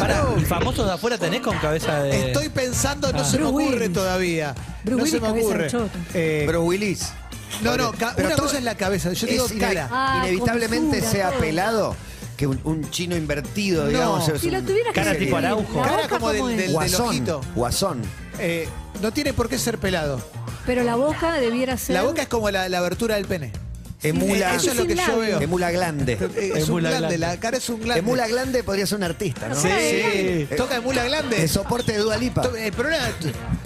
[SPEAKER 5] Pará, famosos de afuera tenés con cabeza de...
[SPEAKER 4] Estoy pensando, no se me
[SPEAKER 6] Ah. Bruce
[SPEAKER 4] ocurre
[SPEAKER 6] Willis.
[SPEAKER 4] todavía.
[SPEAKER 6] Bruce
[SPEAKER 4] no se
[SPEAKER 6] Willis,
[SPEAKER 4] me
[SPEAKER 6] cabeza de
[SPEAKER 4] ocurre.
[SPEAKER 6] chota.
[SPEAKER 4] Eh,
[SPEAKER 3] Pero Willis.
[SPEAKER 4] no, no, ca-
[SPEAKER 3] Pero
[SPEAKER 4] una
[SPEAKER 3] todo-
[SPEAKER 4] cosa es la cabeza. Yo digo
[SPEAKER 3] es que
[SPEAKER 4] cara.
[SPEAKER 6] Ah,
[SPEAKER 3] inevitablemente
[SPEAKER 6] con
[SPEAKER 3] sea
[SPEAKER 6] todo.
[SPEAKER 3] pelado que un, un chino invertido,
[SPEAKER 4] No.
[SPEAKER 3] digamos. es
[SPEAKER 6] Si lo
[SPEAKER 3] un-
[SPEAKER 6] tuvieras que
[SPEAKER 5] Cara
[SPEAKER 6] escribir,
[SPEAKER 5] tipo Araujo.
[SPEAKER 6] la
[SPEAKER 4] Cara
[SPEAKER 6] boca
[SPEAKER 4] como del-
[SPEAKER 6] es.
[SPEAKER 4] del-
[SPEAKER 3] Guasón.
[SPEAKER 4] ojito.
[SPEAKER 3] Guasón.
[SPEAKER 4] Eh, no tiene por qué ser pelado.
[SPEAKER 6] Pero la boca debiera ser.
[SPEAKER 4] La boca es como la, la abertura del pene.
[SPEAKER 3] Emula,
[SPEAKER 4] Eso es lo que
[SPEAKER 6] sin
[SPEAKER 4] yo
[SPEAKER 6] labio.
[SPEAKER 4] veo.
[SPEAKER 3] emula glande.
[SPEAKER 4] Eh, Es un
[SPEAKER 5] Emula
[SPEAKER 4] glande,
[SPEAKER 5] glande.
[SPEAKER 4] la cara es un glande.
[SPEAKER 3] Emula glande podría ser un artista, ¿no?
[SPEAKER 5] Sí.
[SPEAKER 4] Eh, Toca emula glande.
[SPEAKER 3] El soporte de Dualipa.
[SPEAKER 4] To- El problema,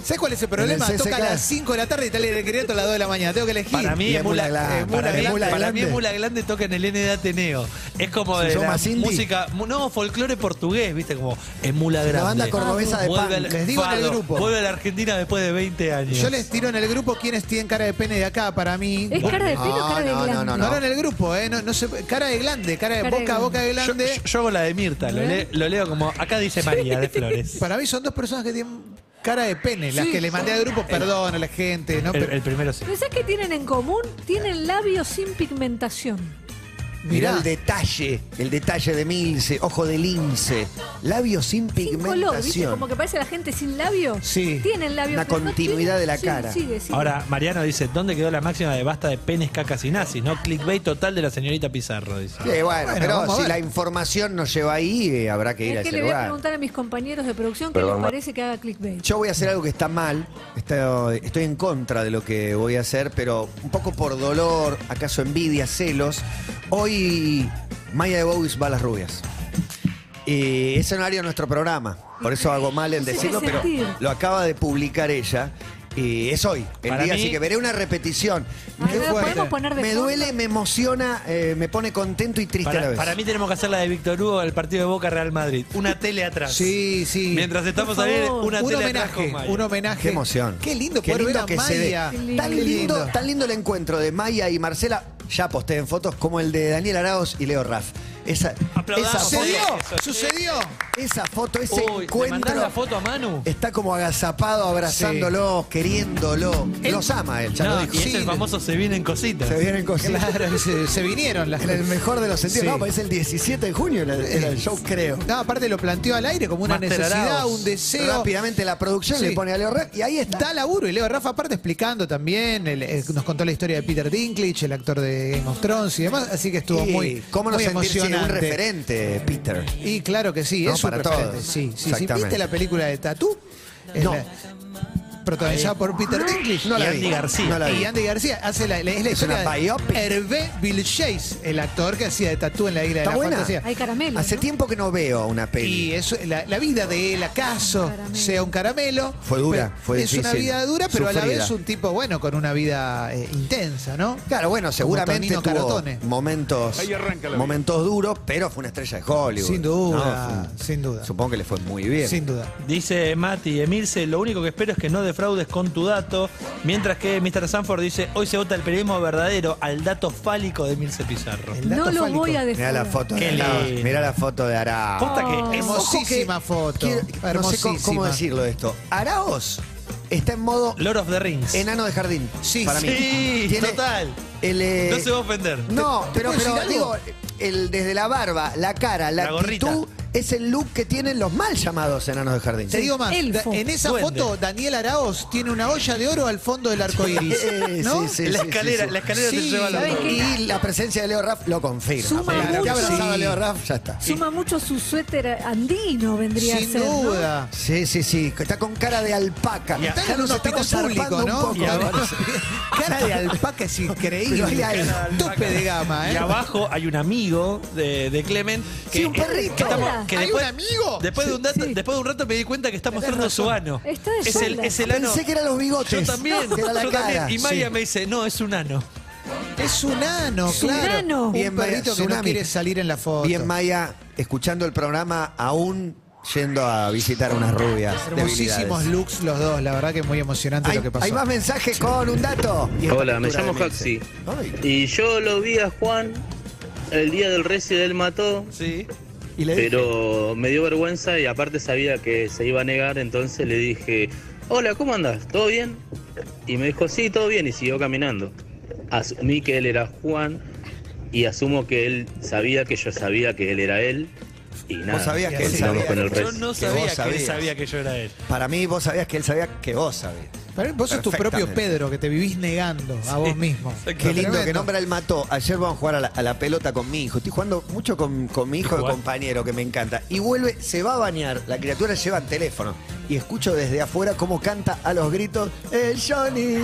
[SPEAKER 4] ¿Sabes cuál es el problema?
[SPEAKER 3] En el
[SPEAKER 4] Toca a
[SPEAKER 3] CCK.
[SPEAKER 4] las 5 de la tarde y tal el querido a las 2 de la mañana. Tengo que elegir.
[SPEAKER 5] Para mí,
[SPEAKER 3] Y
[SPEAKER 5] Emula,
[SPEAKER 3] Emula Glande.
[SPEAKER 5] Emula
[SPEAKER 3] Para mí,
[SPEAKER 5] Glande-
[SPEAKER 3] Emula
[SPEAKER 5] para mí
[SPEAKER 3] Glande.
[SPEAKER 5] Emula Glande toca en el N de Ateneo. Es como de
[SPEAKER 3] ¿Son
[SPEAKER 5] la
[SPEAKER 3] más indie?
[SPEAKER 5] música, mu- no, folclore portugués, viste, como Emula Grande.
[SPEAKER 3] La banda cordobesa de
[SPEAKER 5] Vuelve
[SPEAKER 3] pan.
[SPEAKER 5] al-
[SPEAKER 4] Les digo en el
[SPEAKER 5] Fado,
[SPEAKER 4] grupo.
[SPEAKER 5] Vuelve a la Argentina después de 20 años.
[SPEAKER 4] Yo les tiro en el grupo quienes tienen cara de pene de acá para mí.
[SPEAKER 6] ¿Es cara de pelo o cara de
[SPEAKER 3] No, no,
[SPEAKER 6] glande?
[SPEAKER 3] no,
[SPEAKER 4] No, no en el grupo, ¿eh? No, no se- cara de glande, cara de
[SPEAKER 6] Cara de
[SPEAKER 4] boca,
[SPEAKER 6] glande.
[SPEAKER 4] boca de
[SPEAKER 5] Yo-
[SPEAKER 4] glande.
[SPEAKER 5] yo- yo hago la de Mirta, lo, le- lo leo como, acá dice María de Flores.
[SPEAKER 4] Para mí son dos personas que tienen cara de pene. Las que le mandé al
[SPEAKER 6] Eh.
[SPEAKER 4] grupo, perdón a la gente, ¿no?
[SPEAKER 5] El,
[SPEAKER 4] Pero-
[SPEAKER 5] el primero sí.
[SPEAKER 6] ¿Pero sabés qué tienen en común? Tienen labios sin pigmentación.
[SPEAKER 3] Mirá el detalle, el detalle de Milce, ojo de lince, labios sin
[SPEAKER 6] Sin color, ¿viste?
[SPEAKER 3] pigmentación.
[SPEAKER 6] Como que parece la gente sin labios.
[SPEAKER 4] Sí.
[SPEAKER 6] Tienen labios.
[SPEAKER 3] Una
[SPEAKER 6] pero no
[SPEAKER 3] continuidad
[SPEAKER 6] tienen-
[SPEAKER 3] de la
[SPEAKER 6] Sí,
[SPEAKER 3] cara.
[SPEAKER 6] sigue, sigue.
[SPEAKER 5] Ahora, Mariano dice, ¿dónde quedó la máxima de basta de penes, cacas y nazis? ¿No? Clickbait total de la señorita Pizarro, dice.
[SPEAKER 3] Sí, bueno,
[SPEAKER 4] vamos a
[SPEAKER 3] pero si
[SPEAKER 4] ver.
[SPEAKER 3] la información nos lleva ahí, eh, habrá que ir a
[SPEAKER 6] Es que
[SPEAKER 3] ese
[SPEAKER 6] le voy a
[SPEAKER 3] lugar.
[SPEAKER 6] preguntar a mis compañeros de producción qué
[SPEAKER 11] Perdón,
[SPEAKER 6] les
[SPEAKER 11] Mar-
[SPEAKER 6] parece que haga clickbait.
[SPEAKER 3] Yo voy a hacer algo que está mal, está- estoy en contra de lo que voy a hacer, pero un poco por dolor, acaso envidia, celos. Hoy Maya de Bowies va a las rubias. Y ese horario es nuestro programa, por eso hago mal en
[SPEAKER 6] No sé qué
[SPEAKER 3] decirlo, pero
[SPEAKER 6] sentir.
[SPEAKER 3] lo acaba de publicar ella. Y es hoy, el
[SPEAKER 5] Para
[SPEAKER 3] día,
[SPEAKER 5] mí-
[SPEAKER 3] así que veré una repetición.
[SPEAKER 6] Ah,
[SPEAKER 3] Qué
[SPEAKER 6] ¿lo
[SPEAKER 3] fuerte.
[SPEAKER 6] podemos poner de
[SPEAKER 3] me
[SPEAKER 6] fondo?
[SPEAKER 3] duele, me emociona, eh, me pone contento y triste a la
[SPEAKER 5] Para,
[SPEAKER 3] vez.
[SPEAKER 5] para mí tenemos que hacer la de Víctor Hugo al partido de Boca Real Madrid. Una tele atrás.
[SPEAKER 4] Sí, sí.
[SPEAKER 5] Mientras estamos
[SPEAKER 6] Por
[SPEAKER 5] ahí,
[SPEAKER 6] favor.
[SPEAKER 5] una
[SPEAKER 4] un
[SPEAKER 5] tele atrás
[SPEAKER 4] homenaje,
[SPEAKER 5] con Maya.
[SPEAKER 4] un homenaje.
[SPEAKER 3] Qué emoción.
[SPEAKER 4] Ah, Qué lindo
[SPEAKER 3] Qué
[SPEAKER 4] poder
[SPEAKER 3] lindo
[SPEAKER 4] ver a
[SPEAKER 3] que se dé.
[SPEAKER 4] Maya.
[SPEAKER 6] Qué
[SPEAKER 3] Tan
[SPEAKER 4] Qué
[SPEAKER 3] lindo, tan lindo el encuentro de Maya y Marcela, ya posté en fotos, como el de Daniel Araos y Leo Raff. Esa,
[SPEAKER 5] Aplaudamos.
[SPEAKER 3] esa foto,
[SPEAKER 4] Sucedió,
[SPEAKER 5] Eso, sí.
[SPEAKER 4] sucedió.
[SPEAKER 3] esa foto, ese
[SPEAKER 5] Uy, ¿le mandás
[SPEAKER 3] encuentro
[SPEAKER 5] la foto a Manu?
[SPEAKER 3] está como agazapado, abrazándolo, queriéndolo.
[SPEAKER 4] Él-
[SPEAKER 3] Los ama él, ya
[SPEAKER 5] no,
[SPEAKER 3] lo dijo.
[SPEAKER 5] y es
[SPEAKER 4] Sí,
[SPEAKER 5] el famoso se vienen cositas.
[SPEAKER 3] Se vienen cositas.
[SPEAKER 4] Claro, se, se vinieron las
[SPEAKER 3] En el mejor de los sentidos.
[SPEAKER 4] Sí.
[SPEAKER 3] No, pero es el 17 de junio, era, era el show, creo.
[SPEAKER 4] No, aparte lo planteó al aire como una
[SPEAKER 5] Master
[SPEAKER 4] necesidad,
[SPEAKER 5] Arauz.
[SPEAKER 4] un deseo.
[SPEAKER 3] Rápidamente la producción
[SPEAKER 4] Sí.
[SPEAKER 3] le pone a Leo Raff y ahí está.
[SPEAKER 4] Da laburo y Leo Rafa aparte explicando también, el- eh, nos contó la historia de Peter Dinklage, el actor de Game of Thrones y demás, así que estuvo
[SPEAKER 3] Y
[SPEAKER 4] muy,
[SPEAKER 3] ¿Cómo no
[SPEAKER 4] muy
[SPEAKER 3] sentirse un
[SPEAKER 4] emocionante.
[SPEAKER 3] referente, Peter?
[SPEAKER 4] Y claro que sí,
[SPEAKER 3] No,
[SPEAKER 4] es un
[SPEAKER 3] para
[SPEAKER 4] referente,
[SPEAKER 3] todos.
[SPEAKER 4] Sí, sí, sí.
[SPEAKER 3] Exactamente.
[SPEAKER 4] ¿Viste la película de Tatú? Es
[SPEAKER 3] No. Ah.
[SPEAKER 4] la- protagonizada por Peter Dinklage.
[SPEAKER 3] No la
[SPEAKER 5] Y Andy
[SPEAKER 3] vi.
[SPEAKER 5] García.
[SPEAKER 3] No la vi.
[SPEAKER 4] Y Andy García hace la, la- es la
[SPEAKER 3] Es
[SPEAKER 4] historia
[SPEAKER 3] una biopic.
[SPEAKER 4] de Hervé Villechais, el actor que hacía de Tatú en la isla de
[SPEAKER 3] ¿Está
[SPEAKER 4] la
[SPEAKER 3] buena?
[SPEAKER 4] fantasía.
[SPEAKER 6] Hay caramelo.
[SPEAKER 3] Hace
[SPEAKER 6] ¿no?
[SPEAKER 3] tiempo que no veo una peli.
[SPEAKER 4] Y eso, la, la vida de él, acaso
[SPEAKER 6] Caramelo.
[SPEAKER 4] sea un caramelo.
[SPEAKER 3] Fue dura,
[SPEAKER 4] Pero
[SPEAKER 3] fue
[SPEAKER 4] Es una
[SPEAKER 3] difícil,
[SPEAKER 4] vida dura, pero a la
[SPEAKER 3] sufrida.
[SPEAKER 4] vez un tipo, bueno, con una vida eh, intensa, ¿no?
[SPEAKER 3] Claro, bueno,
[SPEAKER 4] Como
[SPEAKER 3] seguramente
[SPEAKER 4] Tonino
[SPEAKER 3] tuvo
[SPEAKER 4] Carotone.
[SPEAKER 3] momentos, momentos duros, pero fue una estrella de Hollywood.
[SPEAKER 4] Sin duda,
[SPEAKER 3] No, fue un-
[SPEAKER 4] sin duda.
[SPEAKER 3] Supongo que le fue muy bien.
[SPEAKER 4] Sin duda.
[SPEAKER 5] Dice Mati Emilce, lo único que espero es que no defraudes con tu dato. Mientras que Mr. Sanford dice, hoy se vota el periodismo verdadero al dato fálico de Emilce Pizarro.
[SPEAKER 4] El
[SPEAKER 6] No
[SPEAKER 4] dato
[SPEAKER 6] lo
[SPEAKER 4] fálico.
[SPEAKER 6] voy a
[SPEAKER 3] Mirá
[SPEAKER 6] dejar.
[SPEAKER 3] la foto.
[SPEAKER 5] Qué
[SPEAKER 3] de Arao.
[SPEAKER 5] lindo.
[SPEAKER 3] Mirá la foto de Araos.
[SPEAKER 5] Posta que es-
[SPEAKER 4] Hermosísima foto.
[SPEAKER 3] no sé cómo, cómo
[SPEAKER 4] hermosísima.
[SPEAKER 3] decirlo esto. Araos está en modo
[SPEAKER 5] Lord of the Rings.
[SPEAKER 3] enano de jardín.
[SPEAKER 4] Sí,
[SPEAKER 3] para mí.
[SPEAKER 5] sí,
[SPEAKER 3] Tiene
[SPEAKER 5] total.
[SPEAKER 3] el, eh,
[SPEAKER 5] No se va a ofender.
[SPEAKER 3] No,
[SPEAKER 12] ¿Te- te
[SPEAKER 3] pero,
[SPEAKER 12] puedo
[SPEAKER 3] pero
[SPEAKER 12] decir
[SPEAKER 3] digo,
[SPEAKER 12] algo?
[SPEAKER 3] el, desde la barba, la cara, la,
[SPEAKER 5] La gorrita.
[SPEAKER 3] actitud, es el look que tienen los mal llamados enanos de jardín.
[SPEAKER 4] Te digo más,
[SPEAKER 6] Elfo.
[SPEAKER 4] da- en esa
[SPEAKER 5] Duende.
[SPEAKER 4] foto Daniel Araoz tiene una olla de oro al fondo del arco iris.
[SPEAKER 3] Eh,
[SPEAKER 4] ¿no?
[SPEAKER 3] sí, sí,
[SPEAKER 5] la
[SPEAKER 3] sí,
[SPEAKER 5] escalera,
[SPEAKER 3] sí, sí.
[SPEAKER 5] la escalera
[SPEAKER 4] Sí,
[SPEAKER 5] te lleva a la
[SPEAKER 6] ¿sabes qué?
[SPEAKER 3] Y la presencia de Leo Raff lo confirma.
[SPEAKER 6] Suma
[SPEAKER 3] Porque
[SPEAKER 6] mucho.
[SPEAKER 3] ha abrazado a
[SPEAKER 4] Sí.
[SPEAKER 3] Leo Raff, ya está.
[SPEAKER 6] Suma mucho su suéter andino, vendría
[SPEAKER 4] Sin
[SPEAKER 6] a ser. ¿no?
[SPEAKER 4] duda.
[SPEAKER 3] Sí, sí, sí. Está con cara de alpaca.
[SPEAKER 4] Y
[SPEAKER 3] Ya
[SPEAKER 4] Están en
[SPEAKER 3] nos
[SPEAKER 4] un hospital
[SPEAKER 3] estamos
[SPEAKER 4] público,
[SPEAKER 3] zarpando un
[SPEAKER 4] ¿no?
[SPEAKER 3] poco,
[SPEAKER 4] Y
[SPEAKER 3] me
[SPEAKER 4] ahora-
[SPEAKER 3] parece.
[SPEAKER 4] Cara de alpaca es increíble.
[SPEAKER 3] Pero hay algo.
[SPEAKER 4] Tope de gama,
[SPEAKER 5] Y
[SPEAKER 4] ¿eh?
[SPEAKER 5] abajo hay un amigo de, de Clemen. Que,
[SPEAKER 3] Sí, un perrito.
[SPEAKER 5] que
[SPEAKER 6] Hola.
[SPEAKER 5] que
[SPEAKER 4] ¿Hay
[SPEAKER 5] después,
[SPEAKER 4] un amigo?
[SPEAKER 5] Después de, un dato-
[SPEAKER 6] Sí.
[SPEAKER 5] después de un rato me di cuenta que está mostrando su ano.
[SPEAKER 6] Está de
[SPEAKER 5] es el,
[SPEAKER 6] espaldas.
[SPEAKER 5] es el ano.
[SPEAKER 3] Pensé que eran los bigotes.
[SPEAKER 5] Yo también.
[SPEAKER 3] Que era la
[SPEAKER 5] yo
[SPEAKER 3] cara.
[SPEAKER 5] también. Y Maya
[SPEAKER 3] Sí.
[SPEAKER 5] me dice, no, es un ano.
[SPEAKER 4] Es un ano,
[SPEAKER 6] Es un
[SPEAKER 4] claro.
[SPEAKER 6] ano.
[SPEAKER 4] Un
[SPEAKER 3] Bien,
[SPEAKER 4] perrito que no
[SPEAKER 3] tsunami.
[SPEAKER 4] quiere salir en la foto.
[SPEAKER 3] Bien, Maya, escuchando el programa, aún yendo a visitar unas rubias.
[SPEAKER 4] Hermosísimos
[SPEAKER 3] debilidades.
[SPEAKER 4] looks los dos, la verdad que es muy emocionante
[SPEAKER 3] Hay,
[SPEAKER 4] lo que pasó.
[SPEAKER 3] hay más mensajes con un dato. Y esta
[SPEAKER 13] Hola, me
[SPEAKER 3] pintura
[SPEAKER 13] llamo
[SPEAKER 3] de Milce.
[SPEAKER 13] Jaxi.
[SPEAKER 3] Ay,
[SPEAKER 13] Y yo lo vi a Juan el día del recio del mató,
[SPEAKER 5] Sí.
[SPEAKER 3] y le dije,
[SPEAKER 13] pero me dio vergüenza y aparte sabía que se iba a negar, entonces le dije, hola, ¿cómo andas? ¿Todo bien? Y me dijo, sí, todo bien, y siguió caminando. Asumí que él era Juan y asumo que él sabía que yo sabía que él era él. Y nada,
[SPEAKER 3] sabías que él
[SPEAKER 13] continuamos
[SPEAKER 3] sabía
[SPEAKER 13] con el
[SPEAKER 3] que-
[SPEAKER 5] Yo
[SPEAKER 13] recio.
[SPEAKER 5] no
[SPEAKER 3] Que
[SPEAKER 5] sabía
[SPEAKER 3] vos
[SPEAKER 5] que él
[SPEAKER 3] sabías.
[SPEAKER 5] sabía que yo era él.
[SPEAKER 3] Para mí, vos sabías que él sabía que vos sabías.
[SPEAKER 4] Pero vos sos tu propio
[SPEAKER 3] Perfectamente.
[SPEAKER 4] Pedro, que te vivís negando a vos mismo.
[SPEAKER 3] Qué lindo que
[SPEAKER 4] Tremendo.
[SPEAKER 3] nombra el mató. Ayer vamos a jugar a la, a la pelota con mi hijo. Estoy jugando mucho con, con mi hijo de
[SPEAKER 5] Igual.
[SPEAKER 3] compañero, que me encanta. Y vuelve, se va a bañar. La criatura lleva el teléfono. Y escucho desde afuera cómo canta a los gritos: ¡El Johnny!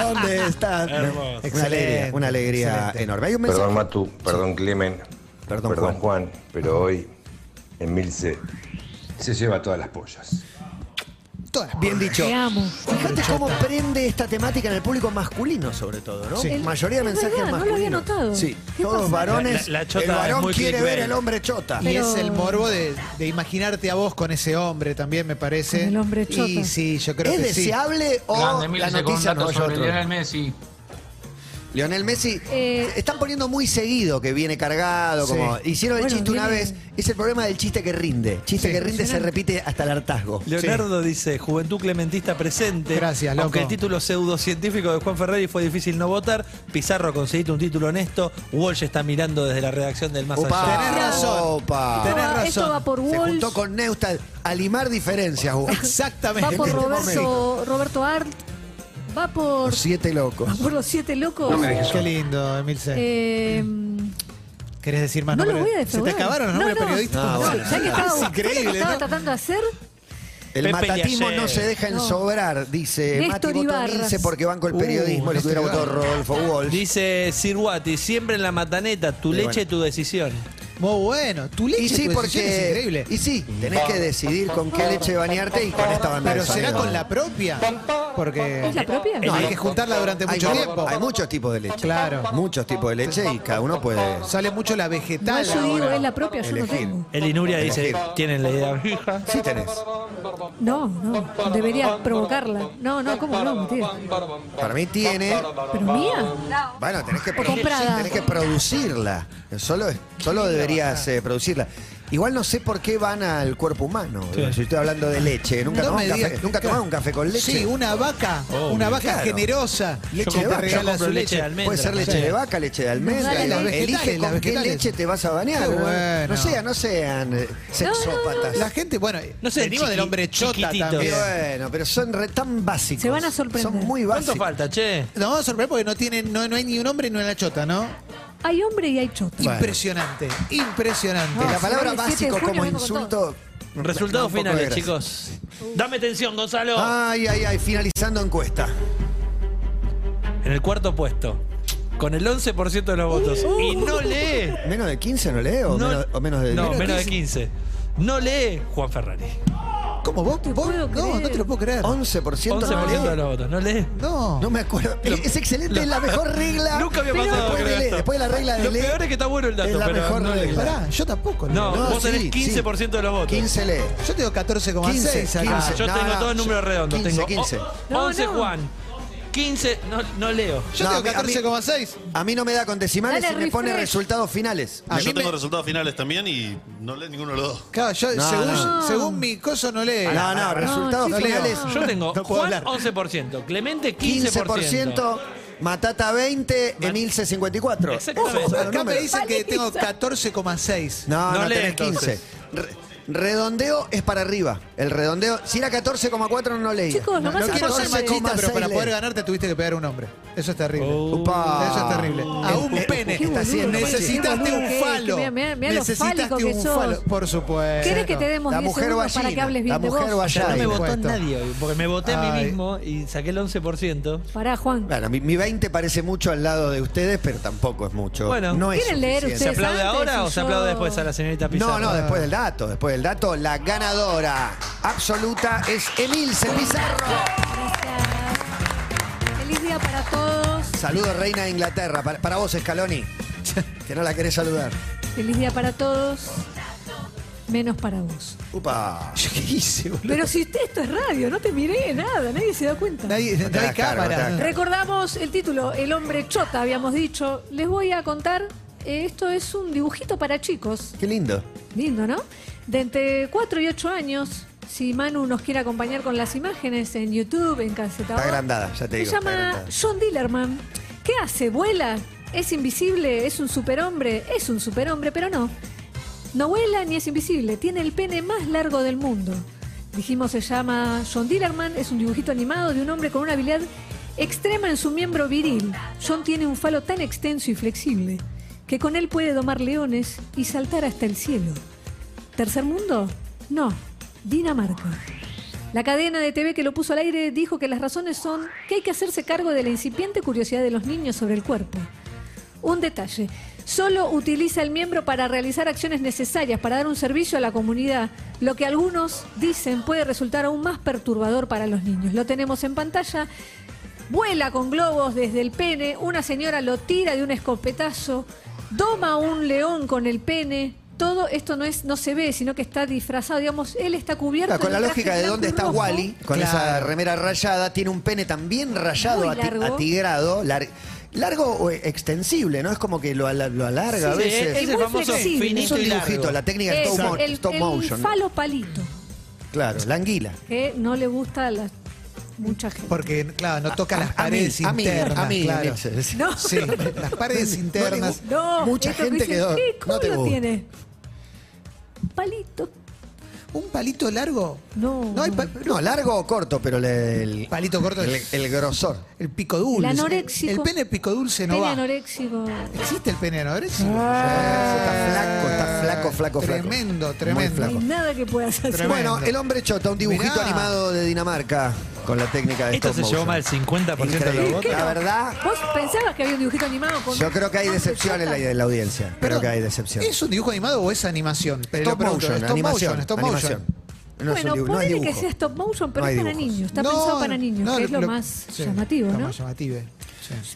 [SPEAKER 3] ¿Dónde estás?
[SPEAKER 5] Hermoso.
[SPEAKER 3] Una alegría, una alegría
[SPEAKER 4] Excelente.
[SPEAKER 3] enorme. Hay un mensaje.
[SPEAKER 1] Perdón, Matu. Perdón, Clemen.
[SPEAKER 3] Perdón, Juan.
[SPEAKER 1] Pero hoy, Emilce se lleva todas las pollas.
[SPEAKER 4] Todas las
[SPEAKER 3] Bien dicho.
[SPEAKER 6] Te amo.
[SPEAKER 3] Fíjate cómo prende esta temática en el público masculino, sobre todo, ¿no?
[SPEAKER 4] Sí.
[SPEAKER 3] La Mayoría de
[SPEAKER 6] Es
[SPEAKER 3] mensajes
[SPEAKER 6] verdad, no lo
[SPEAKER 3] masculinos.
[SPEAKER 6] había notado.
[SPEAKER 3] Sí,
[SPEAKER 6] ¿Qué
[SPEAKER 3] todos
[SPEAKER 6] pasa?
[SPEAKER 3] varones.
[SPEAKER 5] La- la- la chota
[SPEAKER 3] el varón
[SPEAKER 5] es muy
[SPEAKER 3] quiere
[SPEAKER 5] clickbait.
[SPEAKER 3] ver al hombre chota.
[SPEAKER 4] Y
[SPEAKER 6] Pero-
[SPEAKER 4] es el morbo de, de imaginarte a vos con ese hombre también, me parece.
[SPEAKER 6] Con el hombre chota.
[SPEAKER 4] Y sí, yo creo
[SPEAKER 3] ¿Es
[SPEAKER 4] que sí.
[SPEAKER 3] deseable o la noticia no es otra?
[SPEAKER 10] Messi.
[SPEAKER 3] Lionel Messi
[SPEAKER 6] Eh,
[SPEAKER 3] están poniendo muy seguido que viene cargado,
[SPEAKER 4] Sí.
[SPEAKER 3] como hicieron el
[SPEAKER 6] Bueno,
[SPEAKER 3] chiste una
[SPEAKER 6] viene-
[SPEAKER 3] vez. Es el problema del chiste que rinde. Chiste que rinde se repite hasta el hartazgo.
[SPEAKER 5] Leonardo dice, Juventud Clementista presente.
[SPEAKER 4] Gracias, loco.
[SPEAKER 5] Aunque el título pseudocientífico de Juan Ferreri fue difícil no votar, Pizarro conseguiste un título honesto, Walsh está mirando desde la redacción del Más
[SPEAKER 3] Opa,
[SPEAKER 5] Allá.
[SPEAKER 4] Tenés razón.
[SPEAKER 3] opa.
[SPEAKER 6] esto,
[SPEAKER 4] tenés
[SPEAKER 6] va,
[SPEAKER 4] razón.
[SPEAKER 6] esto va por
[SPEAKER 3] Se
[SPEAKER 6] Walsh,
[SPEAKER 3] juntó con Neustad a limar diferencias. Hugo.
[SPEAKER 6] va
[SPEAKER 4] Exactamente.
[SPEAKER 6] por
[SPEAKER 3] este
[SPEAKER 6] Roberto, Roberto Art, va por,
[SPEAKER 3] Los siete locos.
[SPEAKER 6] va por los siete locos.
[SPEAKER 4] Qué lindo, Emilce.
[SPEAKER 6] Eh,
[SPEAKER 4] ¿Querés decir más?
[SPEAKER 6] no lo
[SPEAKER 4] nombres?
[SPEAKER 6] voy a defraudar.
[SPEAKER 4] Se te acabaron los nombres periodistas.
[SPEAKER 3] No,
[SPEAKER 6] No,
[SPEAKER 3] Ah, bueno.
[SPEAKER 6] ¿sabés qué estaba,
[SPEAKER 4] Es
[SPEAKER 6] ¿sabés lo que
[SPEAKER 4] increíble,
[SPEAKER 6] estaba
[SPEAKER 4] ¿no?
[SPEAKER 6] tratando de hacer?
[SPEAKER 3] El
[SPEAKER 5] Pepe
[SPEAKER 3] matatismo
[SPEAKER 5] Yayé.
[SPEAKER 3] no se deja
[SPEAKER 6] No.
[SPEAKER 3] ensobrar, dice
[SPEAKER 6] Néstor
[SPEAKER 3] Mati votó
[SPEAKER 6] Ibarra.
[SPEAKER 3] Milce porque banco el
[SPEAKER 4] Uh,
[SPEAKER 3] periodismo, le
[SPEAKER 4] Néstor
[SPEAKER 3] hubiera votado
[SPEAKER 4] Ibarra.
[SPEAKER 3] Rodolfo Walsh.
[SPEAKER 5] Dice Sir Guati, siempre en la mataneta, tu
[SPEAKER 3] Y
[SPEAKER 5] leche,
[SPEAKER 3] bueno.
[SPEAKER 5] tu decisión.
[SPEAKER 4] Muy bueno. Tu leche
[SPEAKER 3] Y sí,
[SPEAKER 4] tu decisión es
[SPEAKER 3] porque.
[SPEAKER 4] increíble. Mm.
[SPEAKER 3] Y sí, tenés que decidir con qué leche bañarte y con esta banda
[SPEAKER 4] Pero
[SPEAKER 3] de
[SPEAKER 4] será
[SPEAKER 3] sonido.
[SPEAKER 4] con la propia. Porque
[SPEAKER 6] ¿Es la propia?
[SPEAKER 4] Eh, No, hay que juntarla durante
[SPEAKER 3] Hay,
[SPEAKER 4] mucho
[SPEAKER 3] mu-
[SPEAKER 4] tiempo.
[SPEAKER 3] hay muchos tipos de leche.
[SPEAKER 4] Claro.
[SPEAKER 3] Muchos tipos de leche y cada uno puede.
[SPEAKER 4] Sale mucho la
[SPEAKER 6] No,
[SPEAKER 4] vegetal.
[SPEAKER 6] yo digo,
[SPEAKER 4] ahora.
[SPEAKER 6] es la propia, yo
[SPEAKER 3] Elegir.
[SPEAKER 6] no tengo.
[SPEAKER 5] El Inuria dice,
[SPEAKER 3] Elegir.
[SPEAKER 5] tienen la idea fija.
[SPEAKER 3] Sí tenés.
[SPEAKER 6] No, no, debería provocarla. No, no, ¿cómo no? mentira.
[SPEAKER 3] Para mí tiene.
[SPEAKER 6] ¿Pero mía?
[SPEAKER 3] Bueno, tenés que,
[SPEAKER 6] O
[SPEAKER 3] produ-
[SPEAKER 6] comprada.
[SPEAKER 3] tenés que producirla. Solo, solo deberías eh, producirla. Igual no sé por qué van al cuerpo humano. Yo estoy hablando de leche. Nunca
[SPEAKER 4] No
[SPEAKER 3] tomás
[SPEAKER 4] me
[SPEAKER 3] un, café,
[SPEAKER 4] digas-
[SPEAKER 3] nunca tomás un café con leche.
[SPEAKER 4] Sí, una vaca. una vaca
[SPEAKER 3] claro.
[SPEAKER 4] generosa.
[SPEAKER 3] Leche
[SPEAKER 4] que
[SPEAKER 3] de
[SPEAKER 4] te
[SPEAKER 3] vaca.
[SPEAKER 5] Yo
[SPEAKER 4] regala
[SPEAKER 5] compro
[SPEAKER 4] su
[SPEAKER 5] leche de
[SPEAKER 4] leche.
[SPEAKER 5] almendra.
[SPEAKER 3] Puede ser leche
[SPEAKER 4] Sí.
[SPEAKER 3] de vaca, leche de almendra.
[SPEAKER 6] Dale, las
[SPEAKER 3] Elige
[SPEAKER 4] vegetales,
[SPEAKER 3] con
[SPEAKER 4] las
[SPEAKER 3] qué
[SPEAKER 4] vegetales.
[SPEAKER 3] leche te vas a bañar.
[SPEAKER 4] Qué
[SPEAKER 3] ¿no?
[SPEAKER 4] bueno.
[SPEAKER 3] No sean, no sean eh, sexópatas.
[SPEAKER 4] La gente, bueno,
[SPEAKER 5] No sé,
[SPEAKER 4] venimos
[SPEAKER 5] chiqui-
[SPEAKER 4] del hombre chota
[SPEAKER 5] chiquitito.
[SPEAKER 3] Pero
[SPEAKER 4] también.
[SPEAKER 3] bueno, pero son re tan básicos.
[SPEAKER 6] Se van a sorprender.
[SPEAKER 3] Son muy
[SPEAKER 5] ¿Cuánto
[SPEAKER 3] básicos. Eh,
[SPEAKER 5] falta, che?
[SPEAKER 4] Nos vamos a sorprender porque no, tienen, no, no hay ni un hombre ni una chota, ¿no?
[SPEAKER 6] Hay hombre y hay chota.
[SPEAKER 3] Bueno.
[SPEAKER 4] Impresionante, impresionante.
[SPEAKER 6] No,
[SPEAKER 3] la
[SPEAKER 6] si
[SPEAKER 3] palabra
[SPEAKER 6] vale el 7 de
[SPEAKER 3] básico
[SPEAKER 6] junio
[SPEAKER 3] como
[SPEAKER 6] vengo con
[SPEAKER 3] insulto.
[SPEAKER 5] Resultados
[SPEAKER 3] da un poco de
[SPEAKER 5] finales,
[SPEAKER 3] gracia. Ah,
[SPEAKER 5] chicos. Dame tensión, Gonzalo.
[SPEAKER 3] Ay, ay, ay, finalizando encuesta.
[SPEAKER 5] En el cuarto puesto, con el 11% de los votos. Y no lee.
[SPEAKER 3] ¿Menos de 15 no leo?
[SPEAKER 5] no-
[SPEAKER 3] menos, Uh. ¿O menos de
[SPEAKER 5] No,
[SPEAKER 3] menos de
[SPEAKER 5] menos de 15. No lee Juan Ferrari.
[SPEAKER 4] ¿Cómo vos? vos-
[SPEAKER 6] puedo
[SPEAKER 4] no,
[SPEAKER 6] creer.
[SPEAKER 4] no te lo puedo creer.
[SPEAKER 3] 11% no
[SPEAKER 5] 11%
[SPEAKER 3] leo.
[SPEAKER 5] de los votos. No lee.
[SPEAKER 4] No.
[SPEAKER 3] No me acuerdo.
[SPEAKER 5] Lo-
[SPEAKER 3] es excelente, es la mejor regla.
[SPEAKER 5] Nunca había pasado.
[SPEAKER 3] después,
[SPEAKER 5] creo,
[SPEAKER 3] de, leer,
[SPEAKER 5] esto.
[SPEAKER 3] después de la regla de
[SPEAKER 5] Lo
[SPEAKER 3] leer,
[SPEAKER 5] peor es que está bueno el dato,
[SPEAKER 3] es la
[SPEAKER 5] pero
[SPEAKER 3] mejor
[SPEAKER 5] no
[SPEAKER 3] regla.
[SPEAKER 5] leí.
[SPEAKER 4] Pará, yo tampoco.
[SPEAKER 5] No,
[SPEAKER 4] leo.
[SPEAKER 3] No,
[SPEAKER 5] vos
[SPEAKER 3] sí,
[SPEAKER 5] tenés 15% de los votos.
[SPEAKER 3] 15 lee.
[SPEAKER 4] Yo tengo 14,6.
[SPEAKER 3] 15, 15.
[SPEAKER 4] acá.
[SPEAKER 5] Ah, Yo
[SPEAKER 3] No,
[SPEAKER 5] tengo
[SPEAKER 3] no,
[SPEAKER 5] todo
[SPEAKER 3] Ah, yo-
[SPEAKER 5] en números redondos.
[SPEAKER 3] 15,
[SPEAKER 5] tengo
[SPEAKER 3] 15.
[SPEAKER 6] No,
[SPEAKER 5] 11
[SPEAKER 6] no.
[SPEAKER 5] Juan. 15, no, no leo.
[SPEAKER 4] Yo
[SPEAKER 3] No, a
[SPEAKER 4] tengo
[SPEAKER 3] mí- a mí-
[SPEAKER 4] 14,6.
[SPEAKER 3] A mí no me da con decimales
[SPEAKER 6] Dale,
[SPEAKER 3] y me pone
[SPEAKER 6] refresh.
[SPEAKER 3] resultados finales.
[SPEAKER 4] A mí
[SPEAKER 9] Yo tengo
[SPEAKER 4] me-
[SPEAKER 9] resultados finales también y no leí ninguno de los dos.
[SPEAKER 4] Claro, yo,
[SPEAKER 3] No,
[SPEAKER 4] según,
[SPEAKER 3] no.
[SPEAKER 4] según mi coso no Ah, leo.
[SPEAKER 3] eh, Ah, No, no, resultados
[SPEAKER 6] chicos,
[SPEAKER 3] finales.
[SPEAKER 6] no.
[SPEAKER 5] Yo tengo
[SPEAKER 4] No puedo
[SPEAKER 5] Juan
[SPEAKER 4] hablar.
[SPEAKER 5] 11%, Clemente 15%.
[SPEAKER 3] 15%. Matata 20, Emilce 54.
[SPEAKER 5] Exactamente.
[SPEAKER 3] Ojo, a los
[SPEAKER 4] Acá me
[SPEAKER 3] números.
[SPEAKER 4] dicen que tengo 14,6.
[SPEAKER 3] No, no,
[SPEAKER 5] No lee,
[SPEAKER 3] tenés 15.
[SPEAKER 5] entonces.
[SPEAKER 3] Re- redondeo es para arriba. El redondeo, si era 14,4 no leía.
[SPEAKER 6] Chicos,
[SPEAKER 4] No,
[SPEAKER 6] lo más
[SPEAKER 4] no quiero ser
[SPEAKER 6] importante-
[SPEAKER 4] machista, pero
[SPEAKER 3] 14,6
[SPEAKER 4] para poder
[SPEAKER 3] lee.
[SPEAKER 4] ganarte tuviste que pegar a un hombre. Eso es terrible.
[SPEAKER 5] Oh.
[SPEAKER 3] Upa.
[SPEAKER 4] Eso es terrible. A un
[SPEAKER 3] Eh,
[SPEAKER 4] pene.
[SPEAKER 3] ¿qué está haciendo,
[SPEAKER 4] Necesitaste
[SPEAKER 6] Qué
[SPEAKER 4] un
[SPEAKER 6] boludo
[SPEAKER 4] falo.
[SPEAKER 6] que- que mirá, mirá lo fálico
[SPEAKER 4] Necesitaste
[SPEAKER 6] que
[SPEAKER 4] un
[SPEAKER 6] sos.
[SPEAKER 4] falo. Por supuesto.
[SPEAKER 6] ¿Querés que te demos
[SPEAKER 3] La
[SPEAKER 6] 10
[SPEAKER 3] mujer
[SPEAKER 6] segundos para
[SPEAKER 3] ballena,
[SPEAKER 6] que hables bien
[SPEAKER 3] la
[SPEAKER 6] de
[SPEAKER 3] mujer
[SPEAKER 6] vos?
[SPEAKER 3] ballena.
[SPEAKER 5] Ya no me
[SPEAKER 4] Por
[SPEAKER 5] votó
[SPEAKER 4] supuesto.
[SPEAKER 5] nadie hoy, porque me voté a mí
[SPEAKER 4] Ay.
[SPEAKER 5] mismo y saqué el 11%.
[SPEAKER 6] Pará, Juan.
[SPEAKER 3] Bueno, mi, mi 20 parece mucho al lado de ustedes, pero tampoco es mucho.
[SPEAKER 5] Bueno.
[SPEAKER 3] no es
[SPEAKER 6] ¿Quieren leer
[SPEAKER 3] suficiente.
[SPEAKER 5] ¿Se
[SPEAKER 6] ustedes
[SPEAKER 5] aplaude
[SPEAKER 6] antes
[SPEAKER 5] ahora
[SPEAKER 6] y
[SPEAKER 5] o se
[SPEAKER 6] yo-
[SPEAKER 5] aplaude después a la señorita Pizarro?
[SPEAKER 3] No, no, después del dato, después del dato, la ganadora absoluta es Emilce Pizarro.
[SPEAKER 6] Gracias. Feliz día para todos.
[SPEAKER 3] Saludos, reina de Inglaterra. Para, para vos, Scaloni, que no la querés saludar.
[SPEAKER 6] Feliz día para todos. Menos para vos.
[SPEAKER 3] Upa.
[SPEAKER 4] ¿Qué hice, boludo?
[SPEAKER 6] Pero si usted esto es radio, no te miré nada, nadie se da cuenta.
[SPEAKER 4] Nadie, no hay
[SPEAKER 3] hagas cargo, no te hagas
[SPEAKER 4] cámara.
[SPEAKER 3] cargo.
[SPEAKER 6] Recordamos el título, El hombre chota, habíamos dicho. Les voy a contar, eh, esto es un dibujito para chicos,
[SPEAKER 3] Qué lindo.
[SPEAKER 6] lindo, ¿no? De entre 4 y 8 años, si Manu nos quiere acompañar con las imágenes en YouTube, en Cancetador.
[SPEAKER 3] Está agrandada, ya te digo,
[SPEAKER 6] Se
[SPEAKER 3] está
[SPEAKER 6] llama
[SPEAKER 3] agrandada.
[SPEAKER 6] John Dillerman. ¿Qué hace? ¿Vuela? ¿Es invisible? ¿Es un superhombre? Es un superhombre, pero no. No vuela ni es invisible, tiene el pene más largo del mundo. Dijimos se llama John Dillerman, es un dibujito animado de un hombre con una habilidad extrema en su miembro viril. John tiene un falo tan extenso y flexible que con él puede domar leones y saltar hasta el cielo. ¿Tercer mundo? No, Dinamarca. La cadena de TV que lo puso al aire dijo que las razones son que hay que hacerse cargo de la incipiente curiosidad de los niños sobre el cuerpo. Un detalle. Solo utiliza el miembro para realizar acciones necesarias, para dar un servicio a la comunidad, lo que algunos dicen puede resultar aún más perturbador para los niños. Lo tenemos en pantalla. Vuela con globos desde el pene, una señora lo tira de un escopetazo, doma a un león con el pene. Todo esto no es no se ve, sino que está disfrazado, digamos, él está cubierto
[SPEAKER 3] Ah, con
[SPEAKER 6] en
[SPEAKER 3] la
[SPEAKER 6] un traje
[SPEAKER 3] lógica de
[SPEAKER 6] blanco
[SPEAKER 3] dónde
[SPEAKER 6] y
[SPEAKER 3] está
[SPEAKER 6] rojo.
[SPEAKER 3] Wally, con
[SPEAKER 4] Claro.
[SPEAKER 3] esa remera rayada, tiene un pene también rayado,
[SPEAKER 6] Muy
[SPEAKER 3] ati-
[SPEAKER 6] largo.
[SPEAKER 3] atigrado, lar- largo o extensible, ¿no? Es como que lo, ala- lo alarga a
[SPEAKER 5] Sí,
[SPEAKER 3] veces.
[SPEAKER 5] ese
[SPEAKER 6] muy
[SPEAKER 5] famoso
[SPEAKER 6] flexible.
[SPEAKER 5] finito
[SPEAKER 3] Es un
[SPEAKER 5] y largo.
[SPEAKER 3] dibujito, la técnica
[SPEAKER 6] Es
[SPEAKER 3] es stop, mo-
[SPEAKER 6] el,
[SPEAKER 3] stop
[SPEAKER 6] el
[SPEAKER 3] motion. ¿no?
[SPEAKER 6] falo palito,
[SPEAKER 3] Claro, la anguila.
[SPEAKER 6] que no le gusta a la- mucha gente.
[SPEAKER 4] Porque, claro, no toca las paredes
[SPEAKER 3] a mí,
[SPEAKER 4] internas.
[SPEAKER 3] a mí,
[SPEAKER 4] claro.
[SPEAKER 3] Emilce, sí.
[SPEAKER 6] No.
[SPEAKER 4] Sí, las paredes internas.
[SPEAKER 6] No,
[SPEAKER 3] Mucha
[SPEAKER 6] esto que
[SPEAKER 3] gente
[SPEAKER 6] dicen,
[SPEAKER 3] quedó,
[SPEAKER 6] ¿qué? ¿Cómo
[SPEAKER 3] no te
[SPEAKER 6] lo
[SPEAKER 3] gusta.
[SPEAKER 6] tiene? Palito.
[SPEAKER 4] ¿Un palito largo?
[SPEAKER 6] No.
[SPEAKER 4] No hay pa-
[SPEAKER 3] No, largo o corto, pero le- el,
[SPEAKER 4] palito corto.
[SPEAKER 3] el, el grosor.
[SPEAKER 4] El pico dulce.
[SPEAKER 6] El anoréxico.
[SPEAKER 4] El pene pico dulce no
[SPEAKER 6] Pene
[SPEAKER 4] va.
[SPEAKER 6] anoréxico.
[SPEAKER 4] ¿Existe el pene anoréxico? Ah.
[SPEAKER 3] Está flaco, está flaco, flaco, flaco.
[SPEAKER 4] Tremendo,
[SPEAKER 3] Muy
[SPEAKER 4] tremendo.
[SPEAKER 6] No hay nada que pueda hacer.
[SPEAKER 4] Tremendo.
[SPEAKER 3] Bueno, el hombre chota, un dibujito
[SPEAKER 4] Mirá.
[SPEAKER 3] animado de Dinamarca con la técnica de
[SPEAKER 5] Esto
[SPEAKER 3] stop
[SPEAKER 5] se llevó
[SPEAKER 3] motion.
[SPEAKER 5] más del 50% de los
[SPEAKER 3] Increíble.
[SPEAKER 5] votos.
[SPEAKER 3] La verdad,
[SPEAKER 6] ¿Vos pensabas que había un dibujito animado con
[SPEAKER 3] yo creo que hay
[SPEAKER 6] Ah,
[SPEAKER 3] decepción en la, en la audiencia. creo
[SPEAKER 4] Perdón,
[SPEAKER 3] que hay decepción.
[SPEAKER 4] ¿Es un dibujo animado o es animación? Pero
[SPEAKER 3] Stop
[SPEAKER 4] pregunto,
[SPEAKER 3] motion,
[SPEAKER 4] stop
[SPEAKER 3] animación,
[SPEAKER 4] motion, stop
[SPEAKER 3] animación.
[SPEAKER 4] motion.
[SPEAKER 3] No es un
[SPEAKER 6] bueno,
[SPEAKER 3] dibujo, no hay
[SPEAKER 6] ponele que
[SPEAKER 3] dibujo.
[SPEAKER 6] sea stop motion, pero
[SPEAKER 3] No hay
[SPEAKER 6] es para
[SPEAKER 3] dibujos.
[SPEAKER 6] niños. Está
[SPEAKER 4] No,
[SPEAKER 6] pensado para niños,
[SPEAKER 4] no,
[SPEAKER 6] que es lo, más
[SPEAKER 4] sí,
[SPEAKER 6] llamativo,
[SPEAKER 4] lo
[SPEAKER 6] ¿no?
[SPEAKER 4] más llamativo, sí.